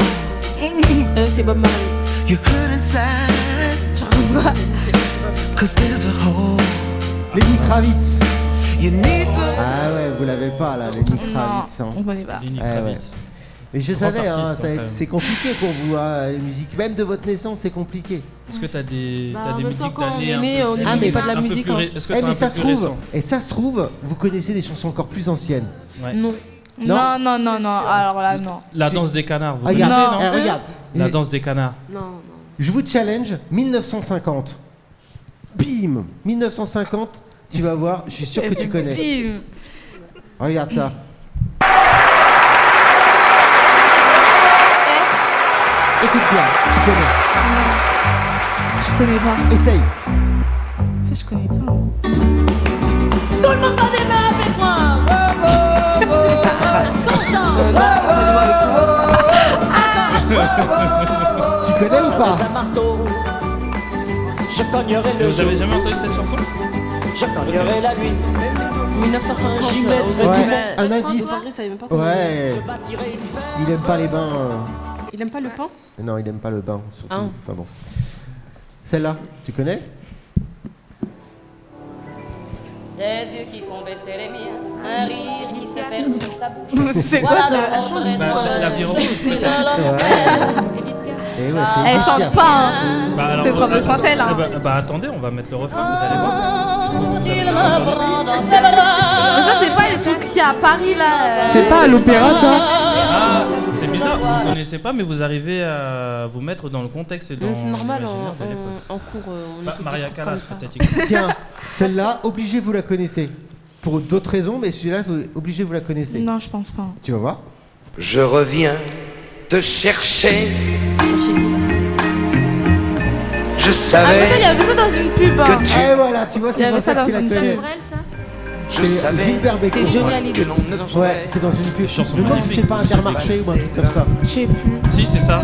O: Euh, c'est Bob Marley.
G: You hurt inside. Cause there's a hole.
E: Lenny Kravitz.
G: You need to.
E: Ah ouais, vous l'avez pas là, Lenny Kravitz. hein.
A: On connaît pas.
C: Lenny
E: Eh ouais.
C: Kravitz.
E: Mais je
C: Grand
E: savais, hein,
C: artiste,
E: ça va
C: hein,
E: être-
C: quand même.
E: c'est compliqué pour vous, hein, la musique. Même de votre naissance, c'est compliqué.
C: Est-ce que t'as des,
O: Bah,
C: t'as
O: en
C: des
O: même temps,
C: musiques
O: quand on
C: d'années
O: est né,
C: un peu
O: on
C: plus-
O: n'écoutait pas de la
C: un peu
O: musique,
C: plus
O: hein.
C: ré- Est-ce que
E: Eh,
C: t'as un
E: mais
C: peu
E: ça se
C: plus
E: trouve,
C: récent
E: et ça se trouve, vous connaissez des chansons encore plus anciennes.
C: Ouais.
O: Non.
A: Non, non, non, non, alors là, non.
C: La danse des canards, vous
E: Ah,
C: connaissez,
E: regarde,
C: non,
E: eh,
O: Euh,
E: regarde.
C: La danse des canards.
O: Non, non.
E: Je vous challenge 1950. Bim 1950, tu vas voir, je suis sûr que tu connais.
A: Bim.
E: Regarde
A: Eh.
E: ça. Écoute bien, tu connais.
A: Ah, Je connais pas.
E: Essaye.
A: Tu sais, je connais pas.
E: Tu connais ou pas
P: Je cognerai
C: Et Vous avez jamais entendu cette chanson
P: je cognerai la nuit.
O: 1950.
P: J'y
O: euh,
P: mettrai tout
O: au- Bah,
E: Ouais, un
O: François
E: indice.
O: Marie, ça, il aime pas qu'on-
E: Ouais,
P: bâtirai une fête.
E: il aime pas les bains. euh,
O: Il aime pas le pain
E: Non, il aime pas le bain, surtout.
O: Ah.
E: Enfin bon. Celle-là, tu connais
B: Des yeux qui font baisser les miens, un rire qui se perd sur sa bouche.
A: C'est quoi
B: Voilà
A: ça
B: le portrait
C: Bah,
B: sans
O: euh,
C: la
B: le-
C: Biron Rose,
B: de l'homme
E: Eh ouais, c'est
A: Ah. Elle
E: Edith
A: chante
E: Piaf.
A: pas, hein.
C: Bah, alors,
A: C'est propre
C: euh,
A: français, là.
C: eh ben- Bah, attendez, on va mettre le refrain, vous allez voir.
O: Ah,
B: quand il me prend dans ses bras.
A: Mais ça, c'est pas les trucs qu'il y a à Paris, là. euh.
D: C'est pas à l'opéra ça
C: Ah, c'est bizarre, vous ne connaissez pas, mais vous arrivez à vous mettre dans le contexte et dans
O: Non, C'est normal,
C: l'imaginaire
O: en,
C: de l'époque.
O: en- en cours, euh, on
C: Bah,
O: écoute des
C: Maria
O: trucs comme
C: Callas,
O: ça.
C: peut-être. il-
E: Tiens, celle-là, obligé vous la connaissez. Pour d'autres raisons, mais celui-là, vous- obligé vous la connaissez.
A: Non, je pense pas.
E: Tu vas voir.
H: Je reviens te chercher.
A: Ah,
H: Je
A: mais ça, il y
H: savais,
A: avait ça dans une pub. hein.
H: Que tu-
E: Eh voilà, tu vois,
A: Il y
E: c'est
A: avait
E: pour
A: ça
E: ça
A: dans
E: que tu la
A: une
E: connais.
A: pub.
H: je
E: C'est
H: savais
E: Gilbert Bécaud.
O: C'est Johnny
H: que
O: Hallyday.
H: l'on ne
E: Ouais, c'est dans une pub.
C: Chanson
E: Je me demande si
C: magnifique.
E: c'est pas Intermarché ou un truc comme ça.
A: Je sais plus.
C: Si, c'est ça.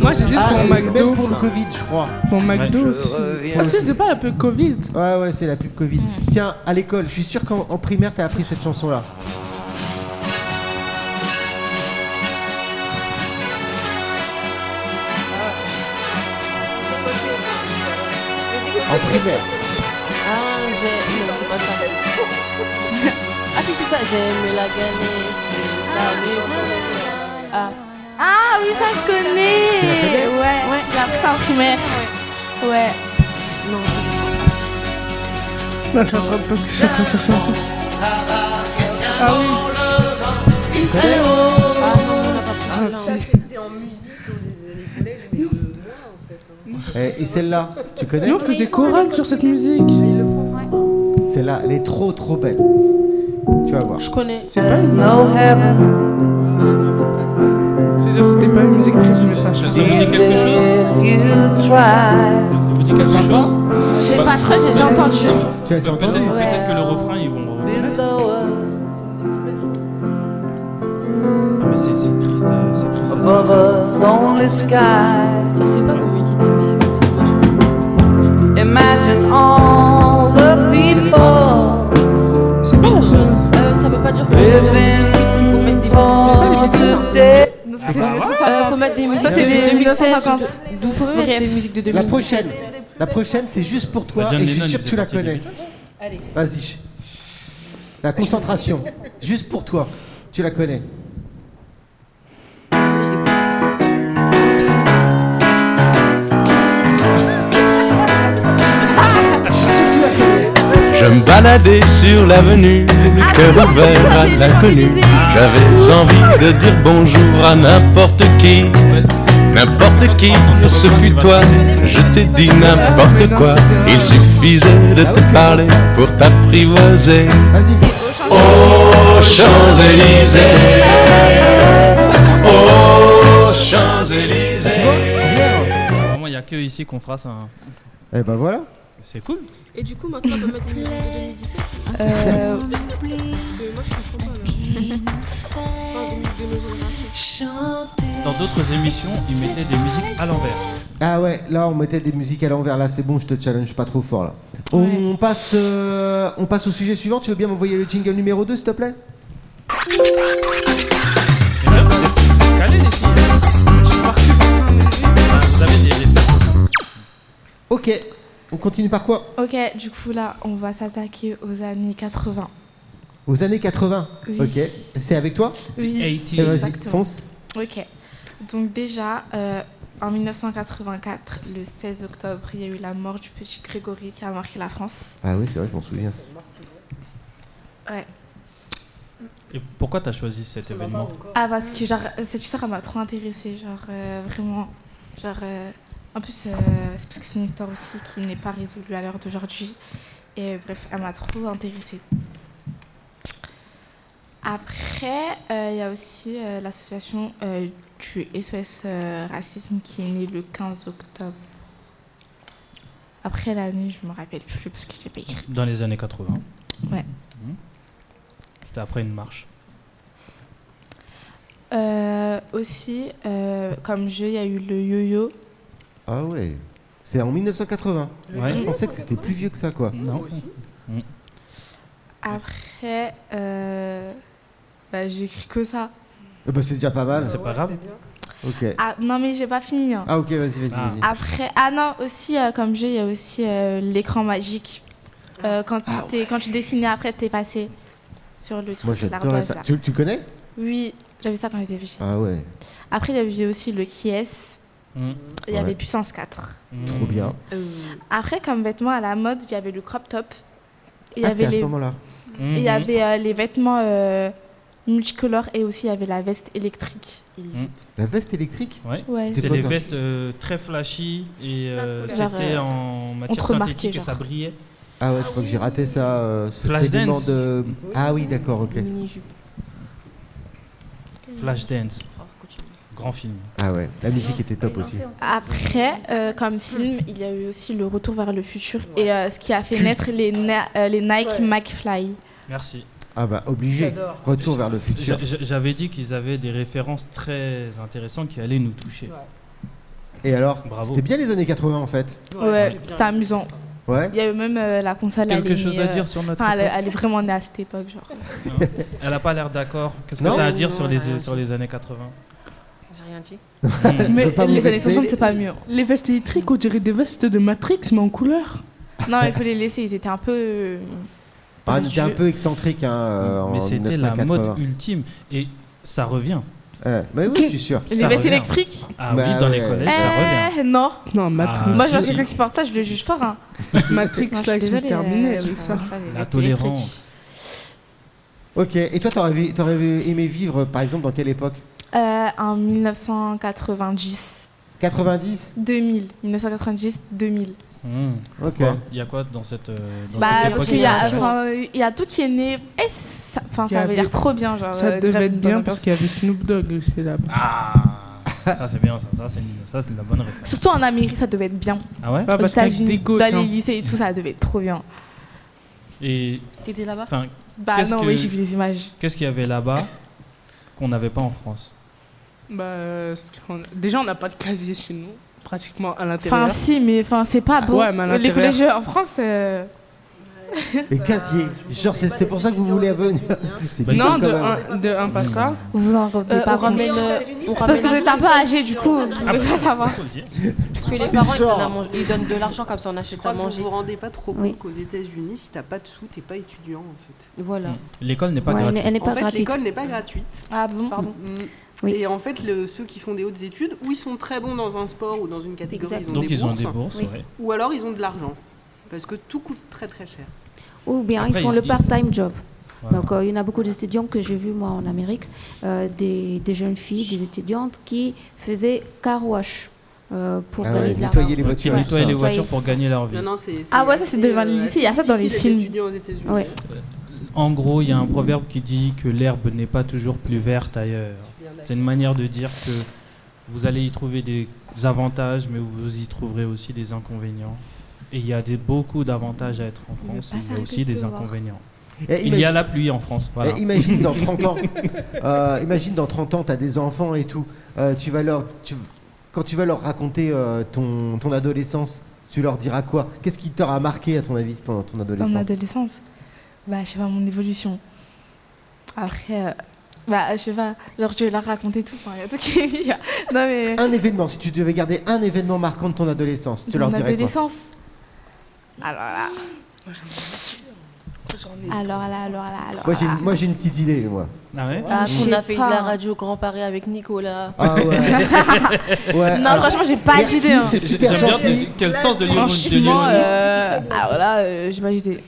D: Moi j'hésite
E: Ah,
D: pour
E: et
D: McDo.
E: même pour le Covid, je crois.
D: Pour McDo
C: Ouais.
D: aussi.
H: reviens.
D: Ah si, c'est pas un peu Covid.
E: Ouais, ouais, c'est la pub Covid. Tiens, à l'école, je suis sûr qu'en en primaire, t'as appris cette chanson-là. En primaire.
O: Ah, j'ai. Non, c'est pas ça. ah, si, c'est ça. J'aime la gagner. Ah,
A: Ah oui, ça, je
E: Tu la connais
A: connais. Ouais, ouais, j'ai appris ça en primaire. Ouais.
O: non.
D: Là, je suis en train de pas toucher à cette chanson. Ah oui,
O: Ah, non, on l'a pas trouvé, là,
Q: Ça,
O: hein.
Q: c'était en musique au des années collège, mais c'est moi en fait. hein.
E: Eh, Et celle-là, tu connais
D: nous on faisait chorale sur cette musique.
E: Celle-là, elle est trop trop belle. Tu vas voir.
O: Je connais.
D: C'est pas une... C'est-à-dire c'était pas une musique triste mais ça
C: Ça
D: chanson.
C: vous dit quelque chose Ça vous dit quelque chose
A: Je sais pas, je crois que j'ai déjà entendu.
E: Tu as
C: Peut- Peut-être
E: déjà entendu
C: peut-être que le refrain, ils vont le reconnaître. Ah, mais c'est c'est triste, à- c'est triste. à
G: bah,
C: ça.
O: Ça, c'est pas mon métier des musiques. c'est pas moi,
G: Imagine all the people
D: C'est pas la France.
O: je- Euh, ça veut pas dire que. Il faut mettre des.
G: for today.
A: C'est
O: Euh,
A: 1950.
O: faut mettre des musiques.
A: Ça, c'est
O: de
A: des
O: 2016,
A: 1950.
O: de- D'où pouvez mettre des musiques de 2016
E: La prochaine. La prochaine, c'est juste pour toi
C: Bah, John
E: et je suis
C: Lennon,
E: sûr
C: il
E: que tu la
C: faisait partie
E: connais.
C: des
E: Vas-y. La concentration. juste pour toi. Tu la connais.
G: I
R: Je me baladais sur l'avenue, le cœur ouvert à l'inconnu. J'avais envie de dire bonjour à n'importe qui. N'importe qui, ce fut toi, je t'ai dit n'importe quoi. Il suffisait de te parler pour t'apprivoiser. Aux Champs-Élysées, aux Champs-Élysées.
C: Vraiment, il n'y a que ici qu'on fera ça. hein.
E: Eh ben voilà.
C: C'est cool.
S: Et du coup, maintenant, on peut mettre une musique de 2017
A: Euh,
S: Parce que moi, je comprends pas, là. Enfin, de- de nos générations.
C: Dans d'autres émissions, ils mettaient des musiques à l'envers.
E: Ah ouais, là on mettait des musiques à l'envers, là c'est bon, je te challenge pas trop fort là. On, passe, euh, on passe au sujet suivant, tu veux bien m'envoyer le jingle numéro 2 s'il te plaît
C: Calé les filles. hein. Je suis parti pour ça, mais vous avez des- des
E: Ok, on continue par quoi
A: Ok, du coup là, on va s'attaquer aux années 80.
E: Aux années 80
A: Oui.
E: Ok, c'est avec toi
A: Oui,
E: Eh, Vas-y,
A: exactement.
E: fonce.
A: Ok. Donc déjà, euh, en 1984, le 16 octobre, il y a eu la mort du petit Grégory qui a marqué la France.
E: Ah oui, c'est vrai, je m'en souviens.
A: Ouais.
C: Et pourquoi t'as choisi cet événement
A: Ah parce que genre cette histoire elle m'a trop intéressée, genre euh, vraiment, genre euh, en plus euh, c'est parce que c'est une histoire aussi qui n'est pas résolue à l'heure d'aujourd'hui et euh, bref elle m'a trop intéressée. Après euh, il y a aussi euh, l'association euh, du SOS euh, racisme qui est née le 15 octobre. Après l'année je me rappelle plus parce que j'ai pas écrit.
C: Dans les années 80.
A: Ouais.
C: Mhm. C'était après une marche.
A: Euh, aussi euh, comme jeu il y a eu le yo-yo.
E: Ah ouais, c'est en 1980.
A: Mm.
C: Ouais.
E: Je pensais que c'était plus vieux que ça quoi.
C: Non. Mm.
A: Après, euh, bah, j'ai écrit que ça.
E: Eh ben, c'est déjà pas mal.
C: C'est pas grave.
E: Ok.
A: Ah, non, mais j'ai pas fini. hein.
E: Ah ok, vas-y, vas-y,
C: Ah.
E: vas-y.
A: Après, ah non, aussi, euh, comme jeu, il y a aussi euh, l'écran magique. Euh, quand, tu t'es- quand tu dessinais après, t'es passé sur le truc.
E: Ah Moi
A: l'ardoise,
E: j'adorais ça.
A: là.
E: Tu, tu connais
A: Oui, j'avais ça quand j'étais petite.
E: Ah ouais,
A: Après, il y avait aussi le qui est.
C: Mm.
A: Il y
E: Ouais.
A: avait Puissance 4.
C: Mhm.
E: trop
A: Mm.
E: bien.
G: hein. Euh,
A: Après, comme vêtements à la mode, il y avait le crop top. Il y
E: Ah
A: avait
E: c'est à ce
A: les-
E: moment-là. Mhm.
A: Il
C: Mhm.
A: y avait euh, les vêtements euh, multicolores et aussi il y avait la veste électrique.
E: La veste électrique
C: Ouais.
A: Ouais.
E: C'était
C: C'était
E: quoi,
C: des
E: ça
C: vestes euh, très flashy et euh,
A: Plein de couleurs.
C: c'était
A: Genre, euh,
C: en
A: on
C: matière
A: te remarquait,
C: synthétique et
A: genre.
C: ça brillait.
E: Ah ouais, je crois que j'ai raté ça. euh, ce
C: Flashdance.
E: segment de- Ah oui, d'accord, ok.
C: Flashdance.
A: Oh,
C: Grand film.
E: Ah ouais, la musique était top aussi.
A: Après, euh, comme film, il y a eu aussi le retour vers le futur et euh, ce qui a fait naître les, na- euh, les Nike McFly.
C: Merci.
E: Ah bah obligé.
A: J'adore.
E: Retour vers le futur.
C: J'a- j'a- J'avais dit qu'ils avaient des références très intéressantes qui allaient nous toucher.
E: Et alors,
C: Bravo.
E: c'était bien les années 80 en fait.
A: Ouais, c'était amusant.
E: Ouais.
A: Il y a eu même euh, la console. elle
C: Quelque
A: est
C: chose
A: née,
C: à dire sur notre
A: enfin, elle,
C: époque
A: elle est vraiment née à cette époque, genre.
C: Elle a pas l'air d'accord. Qu'est-ce
E: Non.
C: que t'as à dire sur
S: Non,
C: les
S: rien.
C: sur les années 80
S: J'ai rien dit.
D: Mais
E: veux pas vous
A: les années
E: vexer.
A: 60, c'est pas mieux.
D: Les vestes électriques, on dirait des vestes de Matrix, mais en couleur.
A: Non, il faut les laisser. Ils étaient un peu. euh,
E: Ah, c'était un peu excentrique hein, euh, en
C: Mais c'était la mode
E: 1980.
C: ultime et ça revient.
E: Ouais, bah oui, je suis sûr.
A: Les
C: Ça
A: vestes
C: revient.
A: électriques
C: Ah
E: Bah
C: oui, dans les
E: ouais.
C: collèges, ça revient.
A: Eh, non.
D: Non,
C: Ah,
D: Matrix.
A: Moi,
C: si,
A: genre,
C: si.
A: quelqu'un qui porte ça, je le juge fort. Hein.
D: Matrix,
A: Non, Ah, je suis
D: là, ils sont
A: désolée,
D: terminés
A: euh,
D: avec
A: je
D: ça.
A: comprends pas les
C: La
A: vestes électriques.
C: tolérance.
E: Ok, et toi, t'aurais vu- t'aurais vu- aimé vivre par exemple dans quelle époque
A: Euh, en 1990.
E: 90
A: 2000. 1990, 2000.
C: Mmh.
E: Ok.
C: Quoi Il y a quoi dans cette euh, dans
A: Bah,
C: cette
A: parce
C: époque
A: qu'il y, a-
C: Ouais.
A: enfin, il y a tout qui est né. Et ça, enfin,
D: Il y
A: ça avait
D: avait-
A: l'air trop bien. Genre,
D: Ça
A: euh,
D: devait
A: grave
D: être
A: dans
D: bien
A: la
D: parce
A: personne.
D: qu'il y avait Snoop Dogg aussi là-bas.
C: Ah, ça c'est bien ça, ça c'est une- ça c'est de la bonne réponse.
A: Surtout en Amérique, ça devait être bien.
C: Ah ouais
D: Ah,
A: Aux
D: parce qu'avec
A: États-Unis,
D: des côtes,
A: dans
D: hein.
A: les lycées et tout, ça devait être trop bien.
C: Et
T: T'étais là-bas
C: enfin,
A: Bah
C: Qu'est-ce
A: non,
C: que-
A: oui, j'ai vu les images.
C: qu'est-ce qu'il y avait là-bas qu'on n'avait pas en France
D: Bah, euh, ce qu'on- déjà, on n'a pas de casier chez nous, pratiquement à l'intérieur.
A: Enfin, si, mais enfin, c'est pas beau.
D: Ah ouais, mais à
A: les
D: l'intérieur.
A: collèges en France. euh,
E: Les casiers. Genre, c'est c'est pour ça que vous voulez venir. C'est
C: Bah,
E: bizarre
D: non,
E: quand
D: de
E: même.
D: un, de un pas
C: Mmh.
D: ça.
A: Vous en revenez
T: Euh,
A: pas
T: on
A: compte.
T: ramène, euh, on
A: C'est Parce que vous
T: ramène
A: êtes un peu âgé, du coup, vous pouvez pas savoir.
C: Ah bah, Faut le dire.
T: Parce que les parents, ils,
E: Genre.
T: donnent à manger- ils donnent de l'argent comme ça, on
G: Je
T: achète
G: crois
T: à
G: que vous
T: manger.
G: vous rendez pas trop compte
B: Oui.
G: qu'aux États-Unis, si t'as pas de sous, t'es pas étudiant en fait.
T: Voilà.
C: L'école n'est pas
B: Ouais, elle
C: gratuite.
B: n'est- elle n'est
G: en
B: pas
G: fait,
B: gratuite.
G: l'école n'est pas gratuite.
A: Ah bon
T: Pardon.
G: Mm.
B: Oui.
G: Et en fait, le- ceux qui font des hautes études, ou ils sont très bons dans un sport ou dans une catégorie, ils ont,
C: Donc
A: hein.
G: des,
C: ils ont
G: bourses,
C: des bourses,
B: Oui.
C: ouais.
G: ou alors ils ont de l'argent. Parce que tout coûte très très cher.
B: ou bien
U: Après,
B: ils font
U: ils
B: le
U: se
B: part-time job.
U: Voilà.
B: Donc euh, il y en a beaucoup d'étudiants que j'ai vus moi en Amérique, euh, des, des jeunes filles, des étudiantes qui faisaient car wash euh, pour
C: Ah
B: gagner
C: ouais,
B: de l'argent.
C: nettoyer les voitures et tout ça. Nettoyer. pour gagner leur vie.
G: Non, non, c'est-
A: Ah ouais,
G: c'est-
A: ça, c'est devant
G: euh,
A: le lycée, il y a ça dans les
G: difficile d'être
A: films.
G: étudiant aux États-Unis.
B: Ouais.
C: En gros, il y a un proverbe qui dit que l'herbe n'est pas toujours plus verte ailleurs. C'est une manière de dire que vous allez y trouver des avantages, mais vous y trouverez aussi des inconvénients. Et il y a des, beaucoup d'avantages à être en France,
E: pas
C: il y a
E: s'arrêter
C: aussi
E: de
C: des
E: pleuvoir.
C: inconvénients.
E: Et
C: il y a
E: imagine-
C: la pluie en France. Voilà.
E: Et Eh, imagine dans 30 ans, euh, imagine dans 30 ans, t'as des enfants et tout. euh, tu vas leur, tu- quand tu vas leur raconter euh, ton, ton adolescence, tu leur diras quoi Qu'est-ce qui t'aura marqué à ton avis pendant ton
A: Dans
E: adolescence
A: mon adolescence, bah, je sais pas, mon évolution. Après, euh, bah, je sais pas, genre, je vais leur raconter tout. Enfin, il y a tout qui- il y a- Non, mais.
E: Un événement. Si tu devais garder un événement marquant de ton adolescence, tu
A: de
E: leur
A: mon
E: dirais quoi
A: adolescence. Alors là. Alors là, alors là, alors
E: Moi j'ai
A: là.
E: une- moi, j'ai une petite idée moi.
C: Ah ouais
F: Ah,
E: je
F: on
E: sais
F: a fait de la
A: pas.
F: radio Grand Paris avec Nicolas.
E: Ah ouais. Ouais, ah,
A: Non,
E: Euh, alors-
A: franchement, j'ai pas
E: Merci,
A: d'idée. hein.
E: c'est super
C: J'aime bien
E: gentil.
C: ce- quel sens de l'ironie- de
A: Franchement,
C: l'ironie.
A: euh, alors là, euh, j'ai pas d'idée.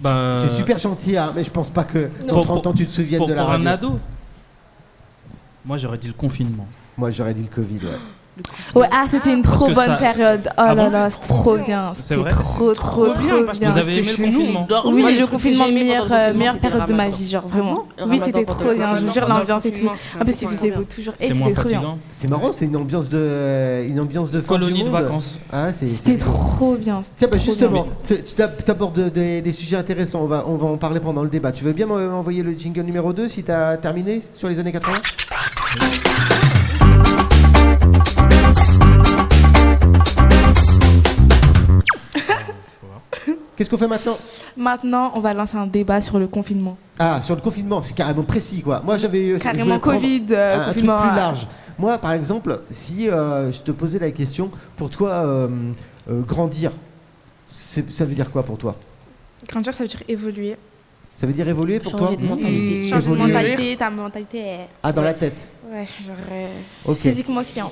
C: Ben,
E: C'est super gentil, hein, mais je pense pas que
C: Non.
E: dans
C: Pour-
E: 30 ans tu te souviennes
C: pour-
E: de la
C: pour un
E: radio.
C: ado Moi, j'aurais dit le confinement.
E: Moi, j'aurais dit le Covid, ouais.
A: Ouais, ah, c'était une
C: Parce
A: trop
C: que
A: bonne
C: ça-
A: période. Oh
C: Ah
A: là
C: bon
A: là, c'est trop bien.
C: C'est
A: C'était
C: vrai
A: trop, trop, trop bien.
C: parce que vous avez aimé le confinement
A: Oui,
G: Moi, les
A: le
G: trucs que
A: confinement,
G: j'ai aimé pendant le
A: meilleure,
G: confinement,
A: euh, meilleure
G: c'était le
A: période de ma
G: ramadan.
A: vie, genre
G: Ah bon
A: vraiment.
G: Le
A: Oui,
G: ramadan
A: c'était
G: pendant
A: trop
G: le
A: bien. Je vous
G: confinement,
A: jure,
G: pendant le
A: l'ambiance et tout. Ah,
G: confinement,
A: En plus,
G: c'était
A: il
G: trop
A: faisait
G: bien.
A: beau toujours. Et
C: C'était
A: c'était
C: moins
A: trop bien.
C: fatigant.
E: C'est marrant, c'est une ambiance de une ambiance de fin
C: Colonie
E: du
C: de
E: monde.
C: vacances.
E: Ah, c'est-
A: C'était
E: c'est-
A: trop bien. c'était
E: Tiens, bah
A: trop
E: justement,
A: bien.
E: tu tu t'ab- t'abordes de- des- des sujets intéressants. On va, on va en parler pendant le débat. Tu veux bien m'envoyer le jingle numéro 2 si t'as terminé sur les années 80 Qu'est-ce qu'on fait maintenant
A: Maintenant, on va lancer un débat sur le confinement.
E: Ah, sur le confinement, c'est carrément précis, quoi. Moi, j'avais euh, je
A: Carrément
E: voulais prendre
A: Covid, euh,
E: un- un, truc
A: confinement,
E: plus
A: euh.
E: large. Moi, par exemple, si euh, je te posais la question, pour toi, euh, euh, grandir, c'est- ça veut dire quoi pour toi
A: Grandir, ça veut dire évoluer.
E: Ça veut dire évoluer pour toi
F: Changer de mentalité.
E: Mmh,
A: Changer de
E: évoluer.
A: mentalité, ta mentalité est.
E: Ah, dans la tête.
A: Ouais, genre. euh,
E: Ok.
A: Physiquement aussi. hein.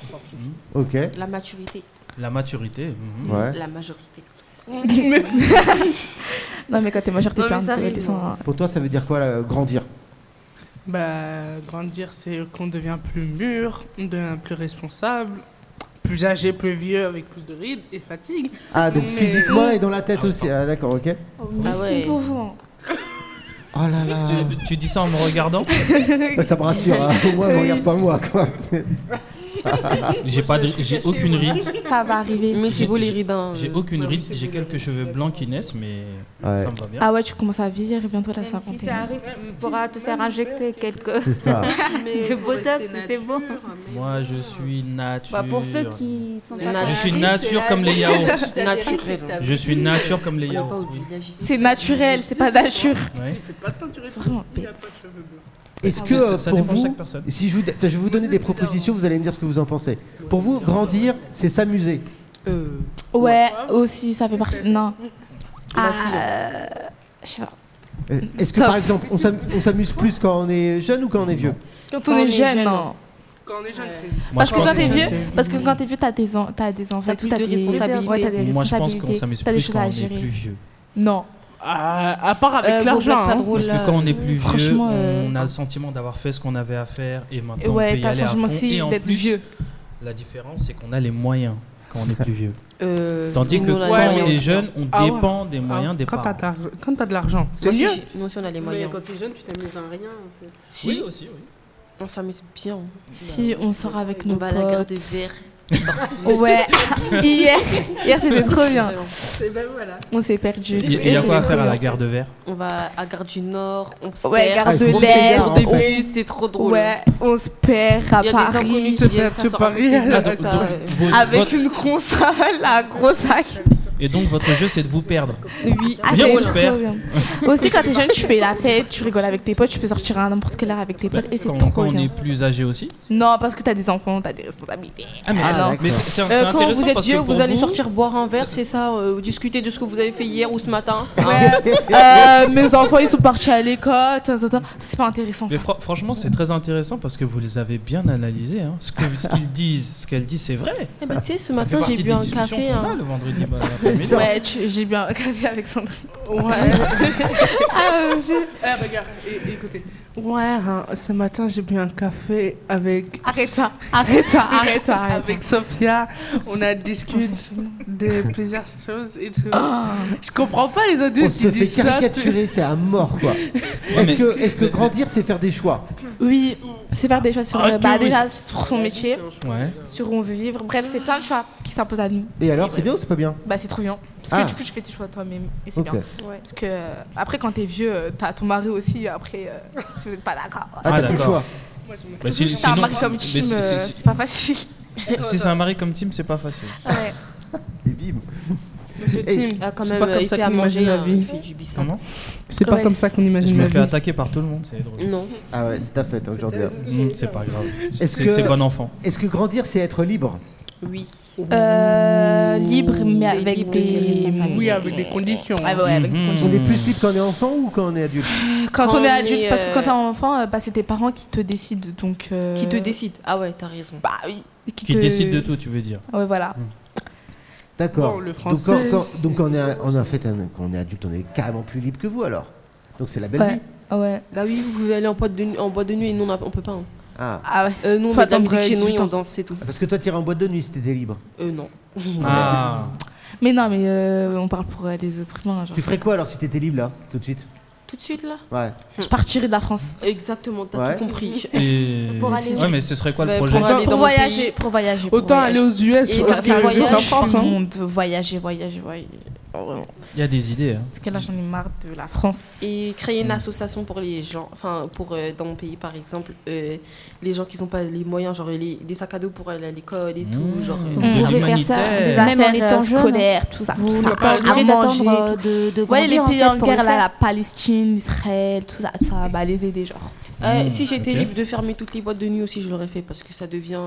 E: Ok.
F: La maturité.
C: La maturité. mhm.
E: Ouais.
F: La majorité.
A: non, mais quand t'es majeur, t'es
F: Non,
A: plus
F: mais ça
A: un
F: arrive,
A: adolescent,
F: hein.
A: hein.
E: Pour toi, ça veut dire quoi, là, euh, grandir
D: Bah, grandir, c'est qu'on devient plus mûr, on devient plus responsable, plus âgé, plus vieux, avec plus de rides et fatigue.
E: Ah, donc
D: Mais-
E: physiquement et dans la tête aussi. Ah, d'accord, ok.
A: Oh,
D: Ah
A: Miskin
D: ouais.
A: pour vous. hein.
E: Oh là là.
C: Tu, tu dis ça en me regardant
E: Bah, ça me rassure, hein. au moins, elle me regarde pas moi, quoi.
C: J'ai pas, de- j'ai aucune ride.
A: Ça va arriver.
F: Mais c'est
C: J'ai-
F: beau les
C: j'ai-
F: rides. hein,
C: J'ai
F: euh.
C: aucune ride, j'ai quelques cheveux blancs qui naissent, mais ça me va bien.
A: Ah ouais, tu commences à vieillir et bientôt la
B: Même si
A: cinquantaine.
B: ça arrive, tu pourras te faire injecter quelques
E: C'est ça.
G: Mais
B: de
G: faut
B: botox,
G: rester
B: c'est bon.
C: Moi, je suis nature.
B: Bah, pour ceux qui sont
F: Nature.
B: capables-
C: Je suis
F: C'est
C: nature
F: la
C: comme les
F: vie.
C: yaourts.
F: Naturel.
C: Je suis nature comme les
F: On n'a pas
C: yaourts.
F: oublié la justice.
A: C'est naturel, c'est pas nature.
C: Ouais.
A: C'est vraiment bête.
E: Est-ce
C: Ah
E: que
C: oui. Ça-
E: euh,
C: ça
E: pour
C: dépend de
E: vous,
C: chaque personne.
E: si je, vous, tiens, je vais vous donner des propositions, vous allez me dire ce que vous en pensez. Pour vous, grandir, c'est s'amuser.
A: Ouais, aussi, ça fait partie. Non. Ah, euh, je sais pas.
E: Euh, Est-ce que par exemple, on s'am- on s'amuse plus quand on est jeune ou quand on est vieux
A: Quand on est jeune, hein. non.
D: Quand on est jeune, c'est.
C: Moi,
A: Parce
C: je
A: que
C: pense
A: quand t'es
C: que-
A: vieux, parce que quand t'es vieux, t'as des, en- t'as des enfants,
F: plus
A: t'as
F: de
A: des
F: responsabilités.
A: Ouais, t'as des
C: Moi, je pense
A: responsabilités,
C: qu'on s'amuse
A: t'as des
C: plus
A: choses
C: quand
A: à
C: on est
A: gérer.
C: plus vieux.
A: Non.
D: À, à part avec
F: Euh, vos
D: l'argent.
F: blagues pas
D: hein.
F: drôles,
C: Parce
F: là,
C: que quand on est
F: euh,
C: plus vieux,
A: franchement,
C: on
A: euh,
C: a le sentiment d'avoir fait ce qu'on avait à faire et
A: Et
C: maintenant on
A: ouais,
C: peut y
A: t'as
C: aller à
A: franchement
C: fond.
A: aussi
C: Et en
A: d'être
C: plus,
A: vieux.
C: la différence, c'est qu'on a les moyens quand on est plus vieux.
F: Euh,
C: Tandis que
F: nous, on a
C: quand
F: les
C: on est
F: moyens.
C: jeune, on
D: Ah ouais.
C: dépend des moyens
D: Ah,
C: des
D: quand
C: parents.
D: t'as de l'ar- Quand t'as de l'argent, c'est
F: Moi, si
D: mieux.
F: j'ai- Nous aussi, on a les
G: Mais
F: moyens.
G: quand t'es jeune, tu t'amuses à rien en fait.
F: Si,
C: Oui, aussi, oui.
F: on s'amuse bien.
A: Si on sort avec
F: On
A: nos
F: va à la gare
A: potes.
F: de verre.
A: Ouais, hier, hier c'était trop
F: Ah.
A: bien.
G: Et ben voilà.
A: On s'est perdu.
C: Il y- il y a quoi à faire à la gare de verre
F: On va à Gare du Nord, on se
A: Ouais,
F: perd.
C: Ah,
A: gare de
E: faut faire
A: l'Est.
E: un
F: Tour des
E: rond.
F: bus, c'est trop drôle.
A: Ouais, on se perd à
F: Il y a des inconnus
A: Paris.
F: qui
D: Se
F: viennent
D: perdre sur
F: s'asseoir à
D: Paris,
F: côté de nous,
D: ah, donc,
F: ça,
D: donc,
F: euh,
C: Votre-
A: Avec
C: votre-
A: une console, un gros sac.
C: Et donc votre jeu, c'est de vous perdre.
F: Oui,
A: Ah,
C: Viens,
A: c'est
C: on se
A: trop
C: perd.
A: bien. Aussi, quand t'es jeune, tu fais la fête, tu rigoles avec tes potes, tu peux sortir à n'importe quelle heure avec tes potes et c'est
C: Bah, Quand,
A: trop
C: quand on
A: bien.
C: est plus âgé aussi.
A: Non, parce que t'as des enfants, t'as des responsabilités.
C: Ah, mais,
E: Ah,
A: non.
E: d'accord.
C: mais c'est- c'est
F: Euh,
C: c'est
F: quand vous
C: intéressant
F: êtes
C: parce que
F: vieux,
C: pour
F: vous allez sortir boire un verre, c'est ça euh, Discuter de ce que vous avez fait hier ou ce matin hein.
A: Euh, mes enfants, ils sont partis à l'école, ta, ta, ta. c'est pas intéressant.
C: Mais
A: ça.
C: fran- franchement, c'est très intéressant parce que vous les avez bien analysés. hein. Ce que- ce qu'ils disent, ce qu'elles disent, c'est vrai.
F: Eh ben, tu sais, ce
C: Ça fait
F: matin, j'ai
C: partie
F: bu
C: des
F: un
C: discussions
F: café.
C: qu'on a
F: hein.
C: le vendredi bah, matin.
A: sûr. Ouais, tu- j'ai bu un café avec Sandrine.
D: Ouais.
A: ah, j'ai-
D: Eh, regarde, é- écoutez. Ouais, hein, ce matin, j'ai bu un café avec.
A: Arrête ça, arrête ça, arrête ça. arrête
D: Avec
A: ça.
D: Sophia, on a discuté de plusieurs choses. Et c'est-
A: Ah.
D: Je comprends pas les adultes.
E: On se
D: ils
E: fait
D: disent ça, tu-
E: caricaturer, c'est à mort quoi. Est-ce
C: mais-
E: que, est-ce que grandir, c'est faire des choix
A: Oui, c'est faire des choses sur,
E: Ok,
A: euh, bah,
E: oui.
A: déjà sur son métier,
V: Ouais.
A: sur où on veut vivre. Bref, c'est plein de choix qui s'imposent à nous.
E: Et alors, c'est bien ou c'est pas bien
A: Bah, c'est trop bien. Parce que
E: Ah.
A: du coup, tu fais tes choix toi-même. Et c'est
E: Ok.
A: bien. Parce que euh, après, quand t'es vieux, euh, t'as ton mari aussi. Après, euh, si vous n'êtes pas d'accord.
E: Ah, t'as plus le choix.
C: Bah,
A: Surtout si
C: si-
A: t'as un
C: sinon-
A: mari comme
C: mais
A: Tim,
C: si-
A: euh,
C: si- si-
A: c'est pas facile.
C: Si c'est un mari comme Tim, c'est pas facile.
A: Ouais.
E: Et bim.
G: Monsieur
E: Et-
G: Tim, quand
D: c'est
G: même,
D: pas
A: euh,
D: comme
G: il
D: ça
G: fait à
D: qu'on imagine
G: manger
D: la
G: hein,
D: vie.
G: il fait du bissin.
C: Comment
D: C'est pas
G: Ouais.
D: comme ça qu'on
C: Je
D: imagine
C: me
D: la
C: fais
D: vie.
C: attaquer par tout le monde, c'est drôle.
G: Non.
E: Ah ouais, c'est ta fête aujourd'hui.
C: Mm, C'est pas grave. C'est
E: Est-ce
C: c'est-
E: que-
C: c'est bon enfant.
E: Est-ce que grandir, c'est être libre
G: Oui.
A: Euh, libre, mais avec
G: libre et
A: des.
G: responsable.
D: Oui, avec des conditions. hein.
A: Ouais, bah ouais, avec
C: Mhm.
A: des
E: On
A: conditions.
E: est plus libre quand on est enfant ou quand on est adulte
A: Quand,
G: Quand
A: on
G: on
A: est adulte,
G: est,
A: parce que quand
G: euh,
A: t'es enfant, euh, bah, c'est tes parents qui te décident. Donc, euh,
G: Qui te décide Ah ouais, t'as raison.
A: Bah oui.
C: Qui décide de tout, tu veux dire.
A: Ouais, voilà.
E: D'accord.
D: Bon, le
E: donc, quand,
D: français,
E: quand-
D: c'est-
E: donc on est, on a fait, un- quand on est adulte, on est carrément plus libre que vous alors. Donc c'est la belle
A: Ouais. Ah
E: vie.
A: ouais.
G: Bah oui, vous pouvez aller en boîte de nuit, en boîte de nuit et nous, on a- on peut pas. hein.
E: Ah.
A: Ah ouais.
G: Euh, nous, on
A: Faut
G: met de la
A: attendre,
G: musique
A: euh,
G: chez nous
A: 18
G: et
A: ans.
G: on danse, c'est tout.
E: Parce que toi, t'irais en boîte de nuit si t'étais libre.
G: Euh, non.
C: Ah.
A: Mais non, mais euh, on parle pour euh, les autres humains. Genre.
E: Tu ferais quoi alors si t'étais libre là, tout de suite
G: Tout de suite, là
E: Ouais.
A: Je partirais de la France.
G: Exactement, t'as
E: Ouais.
G: tout compris.
C: Et...
G: Pour aller-
C: Ouais, mais ce serait quoi le
G: Bah,
C: projet
G: pour aller-
A: Pour
G: dans mon
A: voyager,
G: pays.
A: pour voyager. pour
D: Autant
A: voyager.
D: aller aux US
A: Et
D: ou
A: faire des
D: aller juste en
A: voyages
D: France.
A: tout le
D: hein.
A: monde. Voyager, voyager, voyager. Oh, vraiment.
C: Il y a des idées. hein.
A: Parce que là, j'en ai marre de la France.
G: Et créer une association pour les gens, enfin, pour euh, dans mon pays, par exemple, euh, les gens qui n'ont pas les moyens, genre les, des sacs à dos pour aller à l'école et tout. Genre, euh,
B: Vous
A: Mmh.
B: pouvez faire ça
A: Des
B: même en
A: affaires, euh,
B: étant jeune.
A: scolaires, tout ça.
B: Vous
A: Ah, tout
B: n'êtes
A: ça.
B: pas
A: À
B: obligé
A: manger,
B: d'attendre euh,
A: tout.
B: de, de
A: Vous voyez les
B: grandir, en
A: pays
B: fait,
A: en
B: pour le
A: guerre, là,
B: faire.
A: la Palestine, Israël, tout ça, tout ça, bah les aider, genre. Mmh.
G: euh, si j'étais
C: ok.
G: libre de fermer toutes les boîtes de nuit aussi, je l'aurais fait parce que ça devient.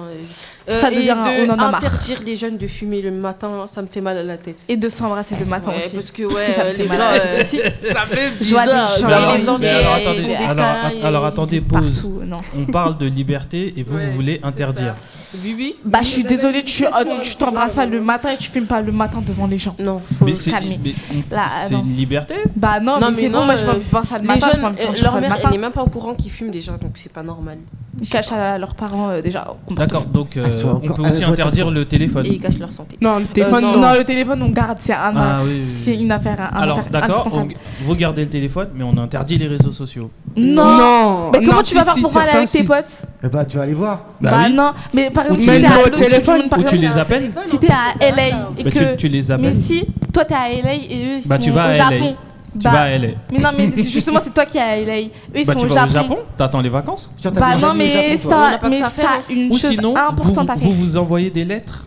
G: euh,
A: Ça
G: et
A: devient un- on
G: de
A: en a marre.
G: Interdire les jeunes de fumer le matin, ça me fait mal à la tête.
A: Et de s'embrasser le matin
G: Ouais,
A: aussi.
G: parce que,
A: ça
G: ouais,
A: me fait
G: les
A: mal
G: gens,
A: à la
G: euh,
A: tête aussi.
D: Ça fait
A: Je vois
G: bizarre.
A: des gens,
G: Mais
A: ils
G: alors,
A: font
G: attendez,
A: des câlins,
G: alors, attendez,
A: ils font des
G: alors,
C: Alors,
A: câlins,
C: att- alors attendez,
A: ils- partout,
C: pause.
A: non.
C: On parle de liberté et vous, vous voulez interdire.
G: Bibi
A: Bah, je suis désolée, tu, euh, tu t'embrasses pas le matin et tu filmes pas le matin devant les gens.
G: Non.
A: Faut
C: Mais
A: se
C: c'est
A: calmer.
C: mais on-
A: Là,
C: c'est
A: non.
C: une liberté
A: Bah, non, mais, c'est bon, moi, j'ai pas
G: euh,
A: envie de voir ça le
G: les
A: matin, j'ai
G: jeunes,
A: pas envie de
G: euh,
A: voir ça
G: leur
A: le
G: mère,
A: matin.
G: elle n'est même pas au courant qu'ils fument déjà, donc c'est pas normal.
A: Ils cachent à leurs parents euh, déjà. on-
C: D'accord, donc euh,
E: Elles sont
C: on
E: encore-
C: peut
E: elles
C: aussi
E: vont
C: interdire le téléphone.
G: Et ils cachent leur santé.
D: Non, le téléphone,
G: Euh,
D: non.
A: Non, le téléphone, on garde, c'est un,
C: Ah, oui, oui, oui.
A: c'est une affaire. un- un
C: Alors
A: affaire
C: d'accord, on-
A: indispensable.
C: vous gardez le téléphone, mais on interdit les réseaux sociaux.
A: Non.
D: Non.
A: Mais comment
D: Non,
A: tu
D: si,
A: vas faire
D: si,
A: pour parler
D: certains,
A: avec tes
D: si.
A: potes
E: Eh bah, tu vas aller voir.
A: Bah,
C: oui.
A: non, mais par exemple,
D: tu
A: si
D: les
A: t'es
D: mets
A: à
D: au
A: l'autre bout du
D: téléphone,
A: monde, par
C: Ou tu
A: exemple,
C: les appelles
A: si t'es
G: Ah,
A: à LA et
C: Bah, tu-
A: que
C: tu les
A: mais
C: appelles.
A: si toi t'es à LA et eux ils
C: Bah,
A: sont
C: tu vas
A: au
C: à LA.
A: Japon.
C: Tu
A: Bah,
C: vas à LA.
A: Mais non mais c'est- justement c'est toi qui es à LA. Eux ils
C: Bah
A: sont
C: tu
A: au
C: vas
A: Japon.
C: au Japon, t'attends les vacances.
E: Tiens, t'as
A: Bah
E: des
A: non
E: amis au
A: mais
E: Japon,
A: si
E: toi.
G: On
A: t'as
G: a pas que
A: mais
G: ça à
A: si t'as
G: faire. hein.
A: une
C: Ou
A: chose
C: sinon, vous
A: importante à
C: vous,
A: faire.
C: vous envoyez des lettres.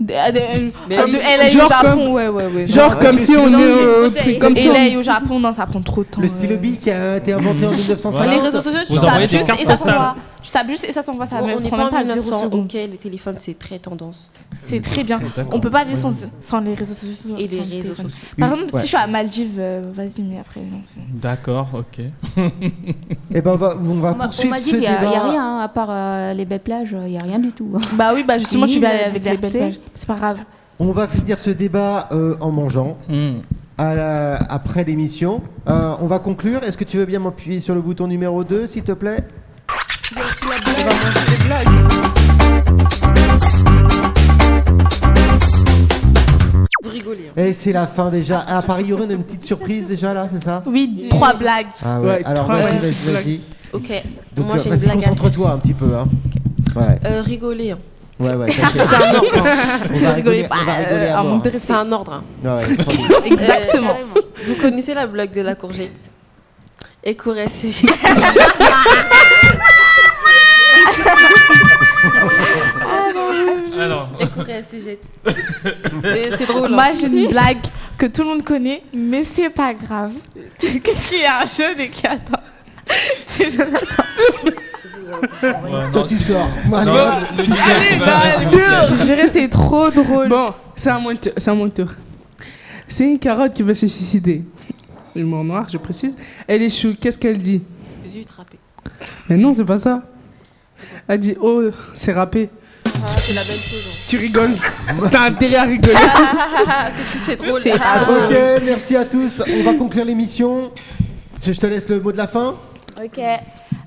A: De- à- de-
G: Mais
A: Comme de
G: oui,
A: LA au
D: genre
A: Japon
D: comme-
A: ouais ouais ouais.
D: Genre comme si on est au
A: Ouais.
D: truc comme si on-
A: LA au Japon non ça prend trop de temps.
E: eh, Le stylo
A: euh.
E: bic qui a été inventé en 1950.
A: Les réseaux sociaux tu
C: Vous envoyez
A: tapes
C: des
A: juste
C: cartes
A: et ça s'envoie.
C: postales.
A: Tu tapes juste et ça s'envoie ça
G: on
A: même
G: on n'est
A: prend
G: pas
A: même
G: en
A: pas 0
G: 1900,
A: secondes.
G: ok, les téléphones c'est très tendance.
A: C'est très bien. On peut pas vivre sans, sans les réseaux sociaux.
G: Et les
A: sans le
G: réseaux
A: téléphone.
G: sociaux.
A: Par
E: Oui,
A: exemple,
E: ouais.
A: si je suis à Maldives, euh, vas-y, mais après, non. c'est-
C: D'accord, ok.
E: Eh ben, on va, on va
B: On m'a- on
E: poursuivre
B: m'a dit
E: ce
B: qu'il n'y a,
E: débat.
B: il y a rien, hein, à part euh, les belles plages, euh, il n'y a rien du tout.
A: Bah oui, bah
B: C'est
A: justement,
B: une
A: tu vas aller
B: île
A: avec les belles
B: désertée.
A: plages. C'est pas grave.
E: On va finir ce débat euh, en mangeant.
C: Hmm.
E: À la- après l'émission. Euh, on va conclure. Est-ce que tu veux bien m'appuyer sur le bouton numéro 2, s'il te plaît
G: Vous rigolez. hein.
E: Et c'est la fin déjà. À Paris, il y aurait une petite surprise déjà là, c'est ça
A: Oui, trois blagues.
E: Ah ouais,
D: Ouais,
E: alors
D: trois
E: vas-y,
D: blagues.
E: vas-y, vas-y.
G: hein. Ok,
E: Donc
G: moi
E: euh,
G: j'ai une
E: vas-y,
G: blague à faire.
E: concentre-toi un petit peu. Hein. Ouais,
G: Euh, rigoler. hein.
E: ouais, ouais. t'inquiète.
G: C'est un ordre. hein.
E: On
A: J'ai
E: va
A: rigolé.
E: rigoler- on va
A: bah,
E: rigoler
G: Ah,
A: euh,
E: à
A: un
E: mort.
A: manque de respect.
G: C'est un ordre. hein. Euh,
E: Ouais, ouais, promis.
A: Exactement.
G: Vous connaissez la blague de la courgette Et courait ce
C: Alors,
G: jette. Et C'est drôle. hein.
A: Moi, j'ai une blague que tout le monde connaît, mais c'est pas grave. Qu'est-ce qu'il y a un jeune et qui attend C'est Jonathan.
C: ouais,
E: Toi,
C: non,
E: tu sors.
C: non,
E: Allez, hop.
C: le- le dixième, bah, ouais, s'il vous plaît.
A: Je dirais, c'est trop drôle.
D: Bon, c'est à mon, t- c'est à mon tour. C'est une carotte qui va se suicider. L'humour noir, je précise. Elle échoue. Qu'est-ce qu'elle dit
G: Zut, râpé.
D: Mais non, c'est pas ça. Elle dit Oh, c'est râpé.
F: Ah, C'est la belle chose. hein.
D: Tu rigoles. T'as intérêt à rigoler.
F: Qu'est-ce que c'est drôle.
D: C'est
F: Ah.
E: Ok, merci à tous. On va conclure l'émission. Je te laisse le mot de la fin.
A: Ok.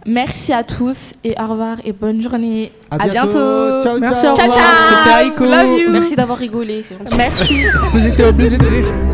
A: Merci à tous et au revoir et bonne journée.
E: À
A: À bientôt.
E: bientôt. Ciao,
A: Merci,
E: ciao.
A: au revoir.
E: C'était Aiko.
A: Love you.
F: Merci d'avoir rigolé. c'est gentil.
A: Merci.
D: Vous étiez obligés de rire.